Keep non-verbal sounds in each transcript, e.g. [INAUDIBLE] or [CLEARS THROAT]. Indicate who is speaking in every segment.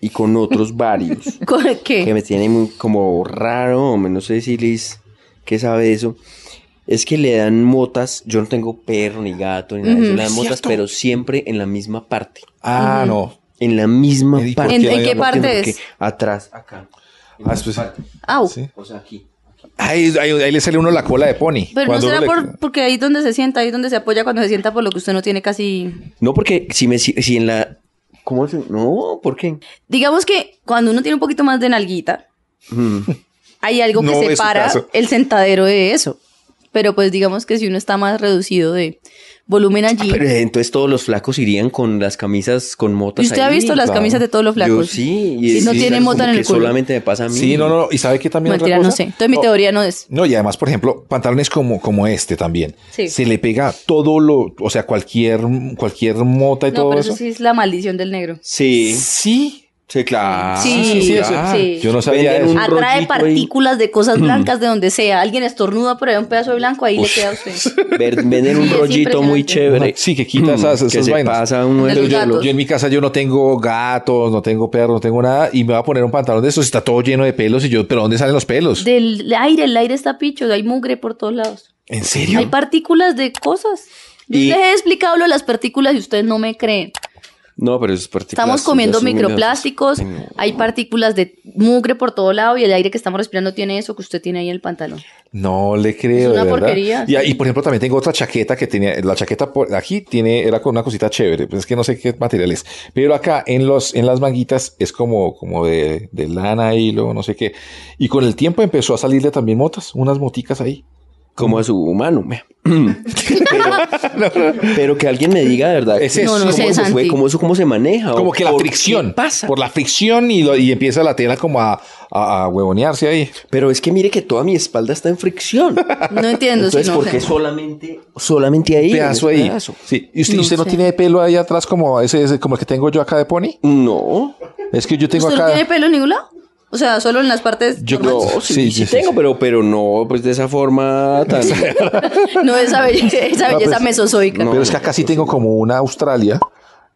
Speaker 1: y con
Speaker 2: [LAUGHS]
Speaker 1: otros varios
Speaker 2: ¿Con
Speaker 1: que
Speaker 2: qué?
Speaker 1: me tiene muy como raro, hombre, no sé si Liz que sabe de eso. Es que le dan motas, yo no tengo perro ni gato ni nada, de eso, le dan motas, pero siempre en la misma parte.
Speaker 3: Ah, no.
Speaker 1: En la misma
Speaker 3: Eddie, ¿por
Speaker 1: parte.
Speaker 2: ¿En,
Speaker 3: qué
Speaker 2: en qué
Speaker 3: habíamos-
Speaker 1: No entiendo
Speaker 2: parte
Speaker 1: por qué.
Speaker 2: es?
Speaker 1: Atrás, acá.
Speaker 3: Ah, pues,
Speaker 2: Au.
Speaker 3: sí.
Speaker 1: O sea, aquí. aquí.
Speaker 3: ahí, ahí- ahí le sale uno la cola de pony.
Speaker 2: Pero no
Speaker 3: Cuando
Speaker 2: será
Speaker 3: uno le-
Speaker 2: por, porque ahí donde se sienta, ahí donde se apoya cuando se sienta, por lo que usted no tiene casi...
Speaker 1: No, porque si me si, si en la. ¿Cómo se? No, ¿por qué?
Speaker 2: Digamos que cuando uno tiene un poquito más de nalguita,
Speaker 1: Mm.
Speaker 2: hay algo que
Speaker 3: No es su
Speaker 2: separa
Speaker 3: caso.
Speaker 2: el sentadero de eso. Pero pues digamos que si uno está más reducido de volumen allí...
Speaker 1: Pero eh, entonces todos los flacos irían con las camisas con motas.
Speaker 2: ¿Y usted ha
Speaker 1: ahí?
Speaker 2: visto las
Speaker 3: claro.
Speaker 2: camisas de todos los flacos?
Speaker 1: Yo sí.
Speaker 2: Y no
Speaker 1: sí,
Speaker 2: tiene
Speaker 1: como
Speaker 2: mota en el
Speaker 1: que
Speaker 2: culo.
Speaker 1: Solamente me pasa a mí.
Speaker 3: Sí, no, no. ¿Y sabe qué también otra
Speaker 2: Mentira, no
Speaker 3: cosa?
Speaker 2: sé. Entonces mi teoría no es.
Speaker 3: No, y además, por ejemplo, pantalones como, como este también.
Speaker 2: Sí.
Speaker 3: Se le pega todo lo, o sea, cualquier, cualquier mota y
Speaker 2: No,
Speaker 3: todo
Speaker 2: pero
Speaker 3: eso.
Speaker 2: eso sí es la maldición del negro.
Speaker 1: Sí.
Speaker 3: Sí.
Speaker 1: Sí, claro.
Speaker 2: Sí.
Speaker 3: Sí, sí, eso-
Speaker 2: Ah, sí.
Speaker 3: Yo no sabía
Speaker 1: Venden
Speaker 3: eso.
Speaker 1: un-
Speaker 2: Atrae
Speaker 1: rollito ahí.
Speaker 2: partículas de cosas blancas de donde sea. Alguien estornuda por ahí un pedazo de blanco, ahí le
Speaker 3: Ush.
Speaker 2: queda a usted.
Speaker 1: Ver- venden un
Speaker 2: [LAUGHS] Sí, es
Speaker 1: rollito muy
Speaker 2: impresionante.
Speaker 1: chévere. Mm,
Speaker 3: Sí, que quita esas-
Speaker 1: que
Speaker 3: esas
Speaker 1: se
Speaker 3: vainas.
Speaker 1: pasa uno de
Speaker 2: Pero
Speaker 1: los
Speaker 2: yo-
Speaker 1: hielos.
Speaker 2: gatos.
Speaker 3: Yo en mi casa yo no tengo gatos, no tengo perros, no tengo nada y me va a poner un pantalón de esos está todo lleno de pelos y yo, pero ¿dónde salen los pelos?
Speaker 2: Del aire, el aire está picho, hay mugre por todos lados.
Speaker 3: ¿En
Speaker 2: Hay
Speaker 3: serio?
Speaker 2: partículas de cosas. Yo
Speaker 1: Y-
Speaker 2: les he explicado lo de las partículas y ustedes no me creen.
Speaker 1: No, pero es
Speaker 2: Estamos
Speaker 1: partículas,
Speaker 2: comiendo
Speaker 1: ya son
Speaker 2: microplásticos,
Speaker 1: muy grasas.
Speaker 2: hay partículas de mugre por todo lado y el aire que estamos respirando tiene eso que usted tiene ahí en el pantalón.
Speaker 3: No le creo,
Speaker 2: Es una
Speaker 3: de verdad.
Speaker 2: porquería,
Speaker 3: Y,
Speaker 2: sí.
Speaker 3: y, por ejemplo también tengo otra chaqueta que tenía, la chaqueta por aquí tiene era con una cosita chévere, pues es que no sé qué material es, pero acá en los en las manguitas es como como de, de lana y luego no sé qué. Y con el tiempo empezó a salirle también motas, unas moticas ahí.
Speaker 1: Como a su humano.
Speaker 2: [LAUGHS]
Speaker 1: vea. pero, pero que alguien me diga de verdad.
Speaker 3: Es eso.
Speaker 2: No, no sé,
Speaker 1: ¿Cómo, se fue?
Speaker 2: Santi.
Speaker 1: ¿Cómo, eso- cómo se maneja?
Speaker 3: Como
Speaker 1: ¿O
Speaker 3: que la
Speaker 1: por qué
Speaker 3: fricción
Speaker 1: pasa?
Speaker 3: Por la fricción y, lo- y empieza la tela como a, a, a huevonearse ahí.
Speaker 1: Pero es que mire que toda mi espalda está en fricción. [LAUGHS]
Speaker 2: No entiendo. si
Speaker 1: Entonces,
Speaker 2: no
Speaker 1: ¿por
Speaker 2: sé.
Speaker 1: qué solamente, solamente ahí? en
Speaker 3: pedazo
Speaker 1: ese
Speaker 3: ahí.
Speaker 1: pedazo?
Speaker 3: Sí. ¿Y usted,
Speaker 2: No
Speaker 3: usted no
Speaker 2: sé.
Speaker 3: tiene pelo ahí atrás como ese, ese- como el que tengo yo acá de pony?
Speaker 1: No.
Speaker 3: Es que yo tengo
Speaker 2: ¿Usted no
Speaker 3: acá.
Speaker 2: tiene pelo en ningún lado? O sea, solo en las partes.
Speaker 3: Yo
Speaker 2: normales.
Speaker 1: No, sí,
Speaker 3: Sí,
Speaker 1: sí
Speaker 3: sí, sí,
Speaker 1: tengo,
Speaker 3: sí.
Speaker 1: pero, pero no, pues de esa forma
Speaker 3: [LAUGHS]
Speaker 1: tan.
Speaker 2: No,
Speaker 1: [LAUGHS]
Speaker 2: esa belleza, esa belleza
Speaker 3: pues,
Speaker 2: mesozoica.
Speaker 3: Pero es que acá sí tengo como una Australia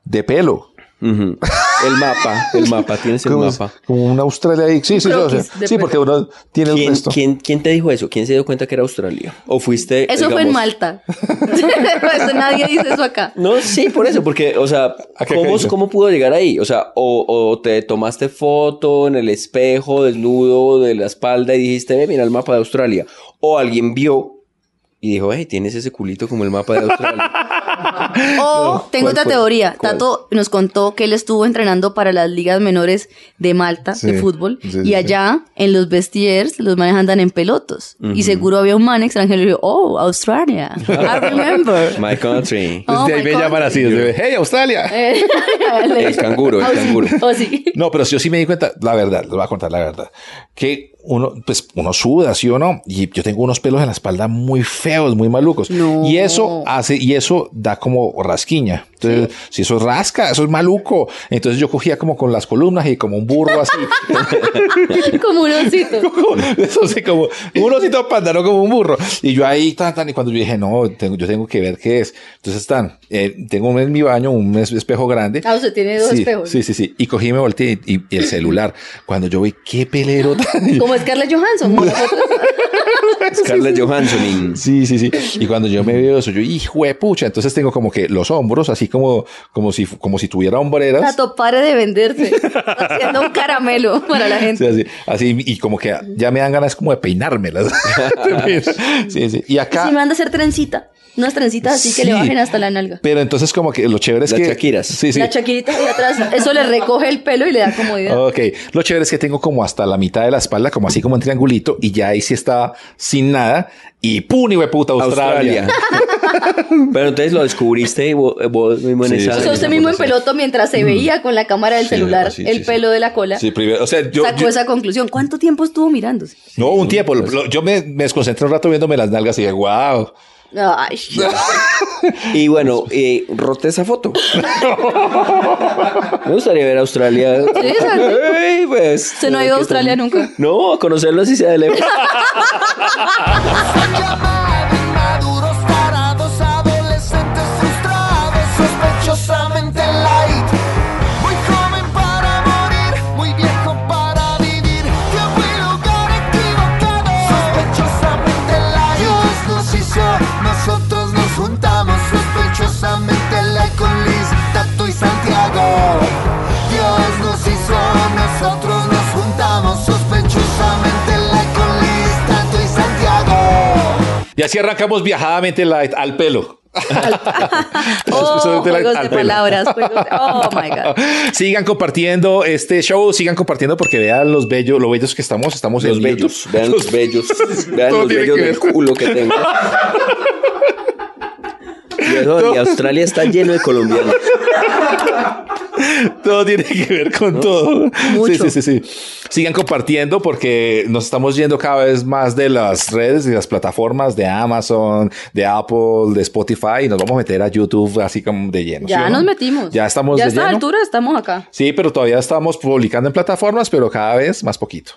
Speaker 3: de pelo.
Speaker 1: Ujú. El mapa, el mapa, tienes el
Speaker 3: Como,
Speaker 1: mapa.
Speaker 3: como una Australia ahí. Sí, sí, sí, o sea,
Speaker 2: croquis de
Speaker 3: sí,
Speaker 2: pelo.
Speaker 3: porque uno tiene el
Speaker 1: ¿Quién,
Speaker 3: resto.
Speaker 1: quién, quién te dijo eso? ¿Quién se dio cuenta que era Australia? ¿O fuiste.?
Speaker 2: Eso fue en
Speaker 1: digamos-
Speaker 2: Malta. [LAUGHS] Eso nadie dice eso acá.
Speaker 1: No, sí, por eso, porque, o sea,
Speaker 3: ¿A qué
Speaker 1: ¿cómo,
Speaker 3: caíste?
Speaker 1: ¿cómo pudo llegar ahí? O sea, o, o te tomaste foto en el espejo desnudo de la espalda y dijiste, "Ve, mira el mapa de Australia. O alguien vio y dijo, hey, tienes ese culito como el mapa de
Speaker 3: [LAUGHS]
Speaker 1: Australia.
Speaker 2: O
Speaker 1: No,
Speaker 2: tengo
Speaker 1: ¿cuál
Speaker 2: otra
Speaker 1: fue?
Speaker 2: teoría.
Speaker 1: ¿Cuál?
Speaker 2: Tato nos contó que él estuvo entrenando para las ligas menores de Malta,
Speaker 3: Sí,
Speaker 2: de fútbol,
Speaker 3: sí,
Speaker 2: y
Speaker 3: sí,
Speaker 2: allá en los vestiers los manes andan en pelotos. Y seguro había un man extranjero y dijo, oh, Australia. I remember. [LAUGHS]
Speaker 1: My country.
Speaker 2: Oh
Speaker 3: Desde Pues ahí
Speaker 2: my
Speaker 3: me
Speaker 2: God.
Speaker 3: llaman así. desde- hey, Australia.
Speaker 2: Eh,
Speaker 1: [LAUGHS] El canguro, el
Speaker 2: oh, sí,
Speaker 1: canguro.
Speaker 2: oh, sí. [LAUGHS]
Speaker 3: No, pero yo sí me di cuenta, la verdad, les voy a contar la verdad, que uno, pues uno suda, ¿sí o no? Y yo tengo unos pelos en la espalda muy feos, muy malucos.
Speaker 2: No.
Speaker 3: Y eso hace, y eso da como rasquiña. Entonces, si eso rasca, eso es maluco. Entonces yo cogía como con las columnas y como un
Speaker 2: [LAUGHS]
Speaker 3: burro así.
Speaker 2: Como un osito.
Speaker 3: eso sí, como un osito panda, no como un burro. Y yo ahí, tan, tan, y cuando yo dije, no, tengo, yo tengo que ver qué es. Entonces, tan, eh, tengo uno en mi baño, un es- espejo grande.
Speaker 2: Ah, usted tiene dos
Speaker 3: sí,
Speaker 2: espejos.
Speaker 3: Sí, sí, sí. Y cogí y me volteé y, y el celular. Cuando yo vi qué
Speaker 2: [LAUGHS]
Speaker 3: pelero tan.
Speaker 2: Como Scarlett Johansson. como las
Speaker 1: [LAUGHS]
Speaker 2: otras.
Speaker 1: Scarlett Johansson.
Speaker 3: Sí, sí, sí. Y cuando yo me veo eso, yo, hijo de pucha. Entonces tengo como que los hombros, así como, como si, como si tuviera hombreras.
Speaker 2: Tato, pare de venderse. Está Haciendo un caramelo para la gente.
Speaker 3: Sí, así, así, y como que
Speaker 2: [LAUGHS]
Speaker 3: ya me dan ganas como de peinármelas. [LAUGHS] Sí, sí. Y acá,
Speaker 2: Si me anda a hacer trencita. unas trencitas así que le
Speaker 3: Sí.
Speaker 2: bajen hasta la nalga.
Speaker 3: Pero entonces como que lo chévere es
Speaker 1: Las
Speaker 3: que...
Speaker 1: Shakiras.
Speaker 3: Sí, sí.
Speaker 2: La chaquirita de atrás, eso le recoge el pelo y le da comodidad.
Speaker 3: Ok, lo chévere es que tengo como hasta la mitad de la espalda, como así como en triangulito, y ya ahí sí está sin nada, y pum, y puta, Australia.
Speaker 1: Australia. [LAUGHS] Pero entonces lo descubriste eh, vos, vos mismo en
Speaker 3: Sí,
Speaker 1: esa.
Speaker 3: sí. Mm.
Speaker 2: o sea, usted mismo en peloto mientras se veía con la cámara del
Speaker 3: Sí,
Speaker 2: celular
Speaker 3: sí, sí,
Speaker 2: el
Speaker 3: sí.
Speaker 2: pelo de la cola.
Speaker 3: Sí, primero, o sea, yo,
Speaker 2: sacó
Speaker 3: yo-
Speaker 2: esa conclusión. ¿Cuánto tiempo estuvo mirándose?
Speaker 3: no, un tiempo, lo- lo- yo me, me desconcentré un rato viéndome las nalgas y dije, wow. [LAUGHS]
Speaker 2: Ay,
Speaker 1: Y bueno, eh, rote esa foto. [LAUGHS] Me gustaría ver Australia.
Speaker 2: exacto.
Speaker 1: Ey, pues,
Speaker 2: se no ha ido a Australia nunca.
Speaker 3: [LAUGHS]
Speaker 1: No, a conocerlo así sea de lejos.
Speaker 4: Maduros tarados, adolescentes frustrados, sospechosamente light. Muy joven para morir, muy viejo para vivir. Tiempo y lugar equivocado, sospechosamente light. Dios nos hizo, nosotros nos juntamos, sospechosamente light con Liz, Tato y Santiago. Dios nos hizo, nosotros nos juntamos, sospechosamente light con Liz, Tato y Santiago.
Speaker 3: Y así arrancamos viajadamente light al pelo. [LAUGHS]
Speaker 2: Oh,
Speaker 3: Sospechosamente light
Speaker 2: juegos
Speaker 3: al
Speaker 2: de
Speaker 3: pelo.
Speaker 2: palabras.
Speaker 3: [LAUGHS]
Speaker 2: juegos de- Oh my God.
Speaker 3: Sigan compartiendo este show, sigan compartiendo porque vean los bellos, lo bellos que estamos, estamos
Speaker 1: Los
Speaker 3: en
Speaker 1: bellos.
Speaker 3: YouTube.
Speaker 1: Vean los bellos. Vean
Speaker 3: Todo
Speaker 1: los
Speaker 3: tiene
Speaker 1: bellos
Speaker 3: que
Speaker 1: del
Speaker 3: ver.
Speaker 1: culo que [LAUGHS] tengo. Y eso, y Australia está lleno de colombianos.
Speaker 3: Todo tiene que ver con todo. Sí,
Speaker 2: Mucho.
Speaker 3: sí, sí, sí. Sigan compartiendo porque nos estamos yendo cada vez más de las redes y las plataformas de Amazon, de Apple, de Spotify y nos vamos a meter a YouTube así como de lleno. ¿sí
Speaker 2: Ya
Speaker 3: o no?
Speaker 2: nos metimos.
Speaker 3: Ya estamos
Speaker 2: Ya a
Speaker 3: de
Speaker 2: esta
Speaker 3: lleno.
Speaker 2: altura estamos acá.
Speaker 3: Sí, pero todavía estamos publicando en plataformas, pero cada vez más poquito.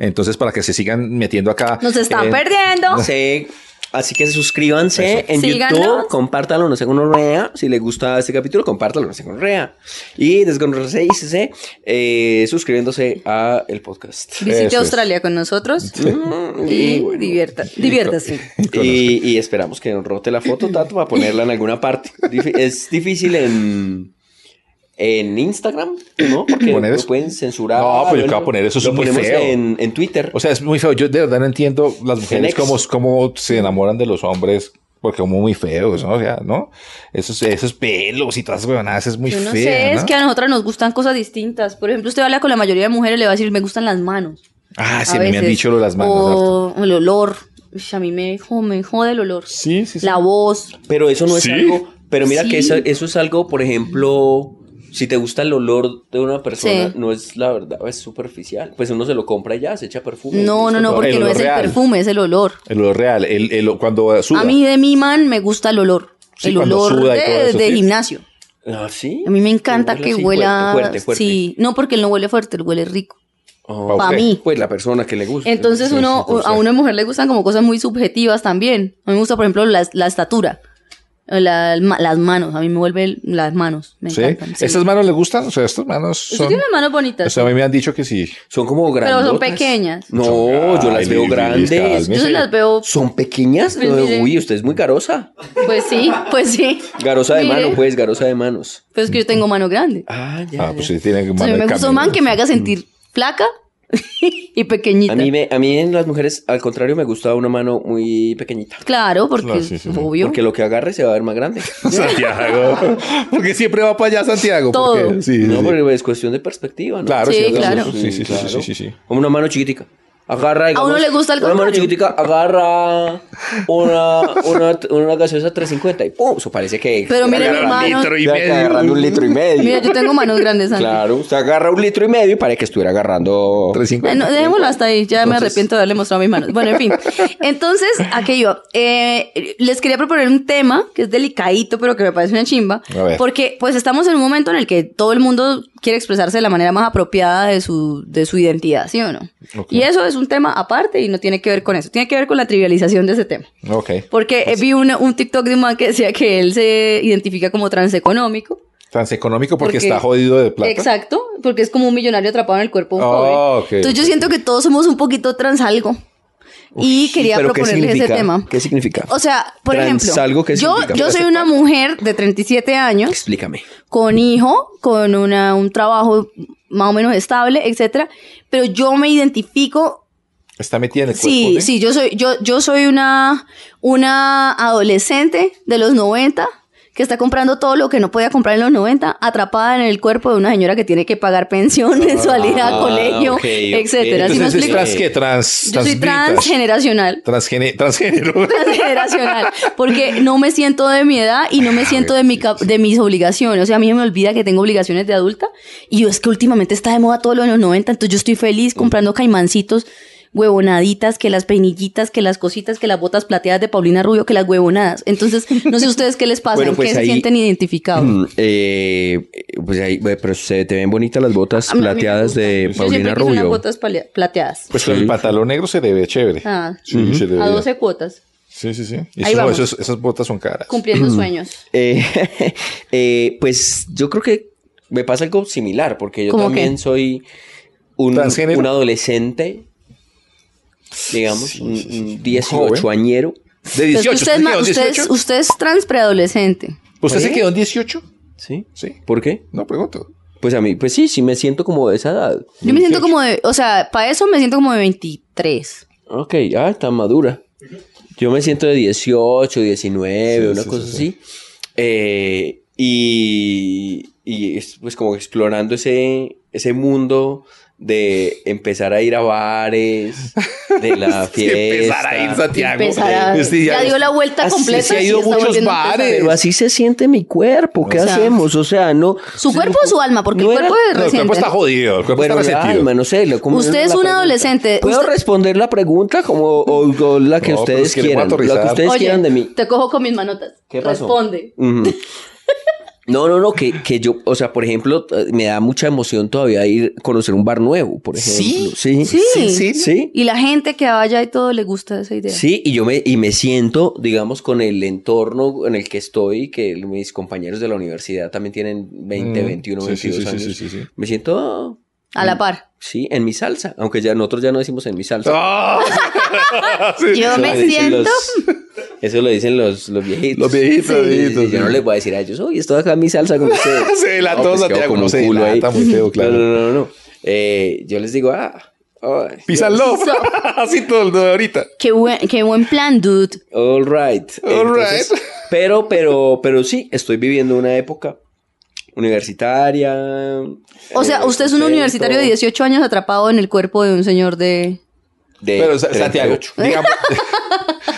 Speaker 3: Entonces, para que se sigan metiendo acá.
Speaker 2: Nos están
Speaker 3: eh,
Speaker 2: perdiendo.
Speaker 1: Sí. Así que suscríbanse en
Speaker 2: Síganos.
Speaker 1: YouTube, compártalo, no sé con rea. Si les gusta este capítulo, compártalo, no sé con rea. Y desgonorrese y cese, eh, suscribiéndose a el podcast. Mm,
Speaker 2: Visite
Speaker 3: Eso es.
Speaker 2: Australia con nosotros Mm, y divierta, diviértase.
Speaker 1: Y, y esperamos que nos rote la foto, Tato, para ponerla en alguna parte. Dif- es difícil en, en Instagram, ¿no? Porque
Speaker 3: ¿Poner
Speaker 1: lo
Speaker 3: eso?
Speaker 1: pueden censurar.
Speaker 3: No, pero
Speaker 1: Lo-
Speaker 3: yo qué voy a poner eso, eso
Speaker 1: lo
Speaker 3: es muy
Speaker 1: ponemos
Speaker 3: feo.
Speaker 1: En, en Twitter.
Speaker 3: O sea, es muy feo. Yo de verdad no entiendo las
Speaker 1: Genex.
Speaker 3: mujeres cómo, cómo se enamoran de los hombres porque como muy feos, ¿no? O sea, ¿no? Esos, esos pelos y todas esas huevonadas es muy
Speaker 2: Yo
Speaker 3: feo.
Speaker 2: no sé, es que a nosotras nos gustan cosas distintas. Por ejemplo, usted habla con la mayoría de mujeres, le va a decir, me gustan las manos.
Speaker 3: Ah,
Speaker 2: A
Speaker 3: sí, me han
Speaker 2: veces.
Speaker 3: dicho lo de las manos. harto.
Speaker 2: O el olor. Ush, a mí me, jo- me jode el olor.
Speaker 3: Sí, sí, sí.
Speaker 2: La voz.
Speaker 1: Pero eso no es
Speaker 3: ¿Sí?
Speaker 1: algo. Pero mira
Speaker 2: Sí.
Speaker 1: que esa- eso, es algo, por ejemplo, si te gusta el olor de una persona,
Speaker 2: Sí.
Speaker 1: no es la verdad, es superficial. Pues uno se lo compra y ya, se echa perfume.
Speaker 2: No, no, no,
Speaker 3: El
Speaker 2: porque no
Speaker 3: olor
Speaker 2: es el
Speaker 3: real.
Speaker 2: perfume, es el olor.
Speaker 3: El olor real, el, el- cuando suda.
Speaker 2: A mí de mi man me gusta el olor.
Speaker 3: Sí,
Speaker 2: el
Speaker 3: cuando
Speaker 2: olor
Speaker 3: suda y todo
Speaker 2: de,
Speaker 3: eso,
Speaker 2: de
Speaker 3: sí.
Speaker 2: gimnasio.
Speaker 1: Ah, sí.
Speaker 2: A mí me encanta que
Speaker 1: así,
Speaker 2: huela.
Speaker 1: Fuerte, fuerte, fuerte.
Speaker 2: Sí, no porque él no huele fuerte, él huele rico.
Speaker 1: Oh,
Speaker 2: Pa'
Speaker 3: usted.
Speaker 2: mí.
Speaker 1: Pues la persona que le gusta.
Speaker 2: Entonces uno, a una mujer le gustan como cosas muy subjetivas también. A mí me gusta, por ejemplo, la, la estatura. La- ma- las manos, a mí me vuelven las manos. Me
Speaker 3: ¿Sí?
Speaker 2: encantan. sí.
Speaker 3: ¿Estas manos le gustan? O sea, estas manos
Speaker 2: Usted
Speaker 3: son...
Speaker 2: tiene las manos bonitas.
Speaker 3: O sea, a mí me han dicho que sí.
Speaker 1: Son como grandes.
Speaker 2: son pequeñas.
Speaker 1: No, yo las
Speaker 3: Ay,
Speaker 1: veo
Speaker 3: Lilis,
Speaker 1: grandes.
Speaker 3: cálmese.
Speaker 2: Yo se las veo,
Speaker 1: ¿Son pequeñas?
Speaker 2: Pues
Speaker 1: No,
Speaker 2: mire.
Speaker 1: uy, usted es muy garosa.
Speaker 2: pues sí, pues sí.
Speaker 1: Garosa de
Speaker 2: Mire,
Speaker 1: mano, pues, garosa de manos.
Speaker 2: Pues es que yo tengo mano grande.
Speaker 1: Ah, ya.
Speaker 3: Ah, pues sí, tienen
Speaker 2: O sea, a mí
Speaker 3: de
Speaker 2: me gusta un
Speaker 3: cambio.
Speaker 2: man
Speaker 3: [LAUGHS]
Speaker 2: que me haga sentir flaca [LAUGHS] y pequeñita.
Speaker 1: A mí, me, a mí en las mujeres, al contrario, me gusta una mano muy pequeñita.
Speaker 2: Claro, porque
Speaker 3: Claro, sí, sí,
Speaker 2: es
Speaker 3: sí.
Speaker 2: obvio.
Speaker 1: Porque lo que agarre se va a ver más
Speaker 3: [LAUGHS]
Speaker 1: grande.
Speaker 3: Santiago. [LAUGHS] Porque siempre va para allá Santiago.
Speaker 2: Todo.
Speaker 3: Porque, sí, sí,
Speaker 1: No,
Speaker 3: sí.
Speaker 1: porque es cuestión de perspectiva, ¿no?
Speaker 3: Claro,
Speaker 2: Sí,
Speaker 3: sí,
Speaker 2: claro.
Speaker 3: Sí, sí, sí, sí, sí, sí.
Speaker 1: Como una mano chiquitica. Agarra, digamos,
Speaker 2: uno le gusta el
Speaker 1: Una mano
Speaker 2: contrario.
Speaker 1: chiquitica agarra una, una, una gaseosa 350 y ¡pum! Eso parece que...
Speaker 2: Pero
Speaker 1: está
Speaker 2: mire mi
Speaker 1: agarrando-
Speaker 2: mano.
Speaker 3: Litro y
Speaker 1: está
Speaker 3: medio.
Speaker 1: agarrando un litro y medio.
Speaker 2: Mira, yo tengo manos grandes. Santi.
Speaker 1: Claro, usted agarra un litro y medio y parece que estuviera agarrando...
Speaker 3: 350.
Speaker 2: Eh, no, dejémoslo hasta ahí, ya me arrepiento de haberle mostrado mis manos. Bueno, en fin. Entonces, aquello, eh, les quería proponer un tema que es delicadito, pero que me parece una chimba,
Speaker 3: A ver.
Speaker 2: porque pues estamos en un momento en el que todo el mundo quiere expresarse de la manera más apropiada de su, de su identidad, ¿sí o no?
Speaker 3: Ok.
Speaker 2: Y eso es un tema aparte y no tiene que ver con eso, tiene que ver con la trivialización de ese tema.
Speaker 3: Ok.
Speaker 2: Porque eh, vi una- un TikTok de un man que decía que él se identifica como transeconómico.
Speaker 3: Transeconómico porque, está jodido de plata.
Speaker 2: Exacto, porque es como un millonario atrapado en el cuerpo de un
Speaker 3: Ah,
Speaker 2: joven.
Speaker 3: ok,
Speaker 2: Entonces yo
Speaker 3: ok.
Speaker 2: siento que todos somos un poquito trans algo. y quería
Speaker 1: ¿Pero qué
Speaker 2: proponerles ese
Speaker 1: significa?
Speaker 2: tema.
Speaker 1: ¿Qué significa?
Speaker 2: O sea, por
Speaker 1: Trans
Speaker 2: ejemplo,
Speaker 1: algo, ¿qué
Speaker 2: yo,
Speaker 1: significa?
Speaker 2: yo soy una mujer de 37 años,
Speaker 1: Explícame.
Speaker 2: con hijo, con una, un trabajo más o menos estable, etcétera, pero yo me identifico
Speaker 3: Está metida en el cuerpo.
Speaker 2: Sí,
Speaker 3: ¿sí?
Speaker 2: sí, yo soy, yo, yo soy una, una adolescente de los 90 que está comprando todo lo que no podía comprar en los 90, atrapada en el cuerpo de una señora que tiene que pagar pensión, [LAUGHS] mensualidad, colegio,
Speaker 1: ok, ok.
Speaker 2: etcétera. ¿Sí me
Speaker 3: Entonces es
Speaker 2: explico?
Speaker 3: trans que trans.
Speaker 2: Yo soy
Speaker 3: transvitas,
Speaker 2: transgeneracional.
Speaker 3: transgene-
Speaker 2: [LAUGHS]
Speaker 3: transgénero.
Speaker 2: Transgeneracional, porque no me siento de mi edad y no
Speaker 1: Ah,
Speaker 2: me siento de, mi cap- de mis obligaciones. O sea, a mí me olvida que tengo obligaciones de adulta y yo es que últimamente está de moda todo lo de los 90, entonces yo estoy feliz
Speaker 1: Mm.
Speaker 2: comprando caimancitos, huevonaditas, que las peinillitas, que las cositas, que las botas plateadas de Paulina Rubio, que las huevonadas. Entonces, no sé ustedes qué les pasa,
Speaker 1: Bueno,
Speaker 2: en
Speaker 1: pues
Speaker 2: qué
Speaker 1: ahí-
Speaker 2: se sienten identificados.
Speaker 1: Mm, eh, pues ahí, bueno, pero se te ven bonitas las botas
Speaker 2: A mí- a mí me
Speaker 1: plateadas
Speaker 2: gusta.
Speaker 1: de
Speaker 2: Yo siempre
Speaker 1: Paulina
Speaker 2: quise unas
Speaker 1: Rubio.
Speaker 2: botas palea- plateadas.
Speaker 3: Pues con
Speaker 1: Sí.
Speaker 3: el pantalón negro se le ve chévere.
Speaker 2: Ah.
Speaker 3: Sí, se le
Speaker 2: A
Speaker 3: ve-
Speaker 2: 12 cuotas,
Speaker 3: Sí, sí, sí. Y
Speaker 2: Ahí
Speaker 3: eso-
Speaker 2: vamos.
Speaker 3: esos- esas botas son caras.
Speaker 2: cumpliendo sueños. Pues
Speaker 1: Eh, [LAUGHS] eh, pues yo creo que me pasa algo similar, porque yo
Speaker 2: ¿Cómo
Speaker 1: también
Speaker 2: qué?
Speaker 1: soy un,
Speaker 3: ¿Transgénero?
Speaker 1: un adolescente, digamos,
Speaker 3: Sí,
Speaker 1: un,
Speaker 3: sí, sí, sí.
Speaker 1: un 18
Speaker 3: Joven.
Speaker 1: añero.
Speaker 3: De
Speaker 2: Pero es Pues que
Speaker 3: 18.
Speaker 2: usted, es ma-
Speaker 3: ¿Usted, se quedó
Speaker 2: usted,
Speaker 3: en
Speaker 2: es-
Speaker 3: 18?
Speaker 2: usted es trans preadolescente.
Speaker 3: ¿Usted
Speaker 1: ¿Eh?
Speaker 3: se quedó en 18?
Speaker 1: ¿Sí?
Speaker 3: Sí.
Speaker 1: ¿Por qué?
Speaker 3: No pregunto.
Speaker 1: Pues a mí, pues sí, sí me siento como de esa edad.
Speaker 2: Yo me siento como de, o sea, para eso me siento como de 23.
Speaker 1: Ok, ah, está madura. Yo me siento de 18, 19,
Speaker 3: Sí,
Speaker 1: una
Speaker 3: sí,
Speaker 1: cosa
Speaker 3: sí,
Speaker 1: así. Eh, y, y es, pues como explorando ese, ese mundo de empezar a ir a bares, de
Speaker 3: [LAUGHS]
Speaker 1: la
Speaker 3: Sí, empezar a ir,
Speaker 1: fiesta.
Speaker 3: Santiago.
Speaker 2: Empezará-
Speaker 3: eh, Sí,
Speaker 2: ya, dio la vuelta
Speaker 1: así
Speaker 2: completa.
Speaker 3: se ha
Speaker 2: y
Speaker 3: ido
Speaker 2: está
Speaker 3: muchos
Speaker 2: volviendo a empezar.
Speaker 3: bares.
Speaker 1: Pero así se siente mi cuerpo, ¿qué
Speaker 2: O sea,
Speaker 1: hacemos? O sea, no...
Speaker 2: ¿Su cuerpo o su alma? Porque
Speaker 1: No
Speaker 2: el
Speaker 1: era-
Speaker 2: cuerpo es
Speaker 3: No, el cuerpo
Speaker 2: reciente.
Speaker 3: está jodido. El cuerpo
Speaker 1: Bueno,
Speaker 3: está
Speaker 1: la
Speaker 3: resentido.
Speaker 1: alma, no sé. lo- como-
Speaker 2: Usted
Speaker 1: la
Speaker 2: es un
Speaker 1: pregunta.
Speaker 2: adolescente.
Speaker 1: ¿Puedo
Speaker 2: Usted-
Speaker 1: responder la pregunta como o, o la que
Speaker 3: No, pero
Speaker 1: ustedes
Speaker 3: es que le voy a
Speaker 1: quieran? La que
Speaker 3: aterrizar.
Speaker 1: ustedes
Speaker 2: Oye,
Speaker 1: quieran de mí.
Speaker 2: te cojo con mis manotas.
Speaker 1: ¿Qué pasó?
Speaker 2: Responde.
Speaker 1: Ujú. No, no, no, que, que yo, o sea, por ejemplo, eh, me da mucha emoción todavía ir a conocer un bar nuevo, por ejemplo.
Speaker 3: ¿Sí?
Speaker 1: Sí.
Speaker 2: Sí.
Speaker 3: sí.
Speaker 1: Sí.
Speaker 2: Y la gente que vaya y todo le gusta esa idea.
Speaker 1: Sí, y yo me, y me siento, digamos, con el entorno en el que estoy, que el- mis compañeros de la universidad también tienen 20,
Speaker 3: Mm,
Speaker 1: 21,
Speaker 3: sí,
Speaker 1: 22
Speaker 3: sí, sí,
Speaker 1: años.
Speaker 3: sí, sí, sí, sí.
Speaker 1: Me siento, ah,
Speaker 2: A la par.
Speaker 1: sí, en mi salsa, aunque ya nosotros ya no decimos en mi salsa.
Speaker 3: [LAUGHS] ¡Ah!
Speaker 2: Yo
Speaker 1: Eso
Speaker 2: me
Speaker 1: lo dicen
Speaker 2: siento.
Speaker 1: los- eso lo dicen los, los viejitos.
Speaker 3: Los viejitos, viejitos,
Speaker 1: Yo no
Speaker 3: sí.
Speaker 1: les voy a decir a ellos, oye, estoy acá en mi salsa
Speaker 3: [LAUGHS]
Speaker 1: con ustedes.
Speaker 3: Se delató,
Speaker 1: pues, quedo
Speaker 3: Santiago,
Speaker 1: como
Speaker 3: no
Speaker 1: un
Speaker 3: se
Speaker 1: culo ahí.
Speaker 3: delata, muy feo, claro.
Speaker 1: [LAUGHS] No, no, no, no. Eh, yo les digo, ah, ay,
Speaker 3: Písalo. [LAUGHS] Así todo el de ahorita.
Speaker 2: Qué buen, qué buen plan, dude.
Speaker 1: all right.
Speaker 3: All
Speaker 1: Entonces,
Speaker 3: right.
Speaker 1: Pero, pero, pero sí, estoy viviendo una época universitaria.
Speaker 2: O sea,
Speaker 1: eh,
Speaker 2: usted es un
Speaker 1: contento.
Speaker 2: universitario de 18 años atrapado en el cuerpo de un señor de...
Speaker 1: De
Speaker 3: Pero, Sa- Santiago,
Speaker 1: 38.
Speaker 3: [LAUGHS] digamos,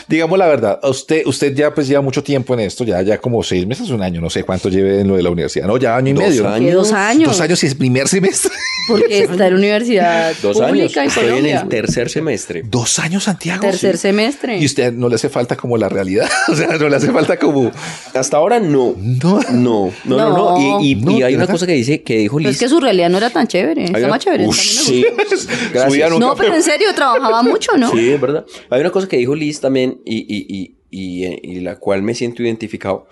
Speaker 3: digamos la verdad, a usted, usted ya pues lleva mucho tiempo en esto, ya, ya como seis meses, un año, no sé cuánto lleve en lo de la universidad, no, ya año y
Speaker 1: Dos
Speaker 3: medio. ¿no?
Speaker 1: años.
Speaker 2: ¿Qué, dos años?
Speaker 3: Dos años y es primer semestre. [LAUGHS]
Speaker 2: Porque está en la universidad
Speaker 1: Dos años.
Speaker 2: pública en
Speaker 1: Estoy en
Speaker 2: Colombia.
Speaker 1: el tercer semestre.
Speaker 3: Dos años, Santiago.
Speaker 2: Tercer
Speaker 3: Sí.
Speaker 2: semestre.
Speaker 3: Y usted no le hace falta como la realidad, [LAUGHS] o sea, no le hace falta como...
Speaker 1: Hasta ahora no.
Speaker 3: No.
Speaker 1: No, no, no, no. Y, y-
Speaker 3: No.
Speaker 1: y hay una
Speaker 3: No, ¿verdad?
Speaker 1: cosa que dice que dijo
Speaker 2: Pero
Speaker 1: Liz.
Speaker 2: es que su realidad no era tan chévere. Está
Speaker 1: una-
Speaker 2: más chévere.
Speaker 1: Ush,
Speaker 2: también me
Speaker 1: sí.
Speaker 3: pues,
Speaker 1: Gracias.
Speaker 3: Subía
Speaker 2: gusta. No, pero en serio, trabajaba mucho,
Speaker 1: [LAUGHS]
Speaker 2: ¿no?
Speaker 1: Sí, es verdad. Hay una cosa que dijo Liz también y, y- y- y- eh, y la cual me siento identificado,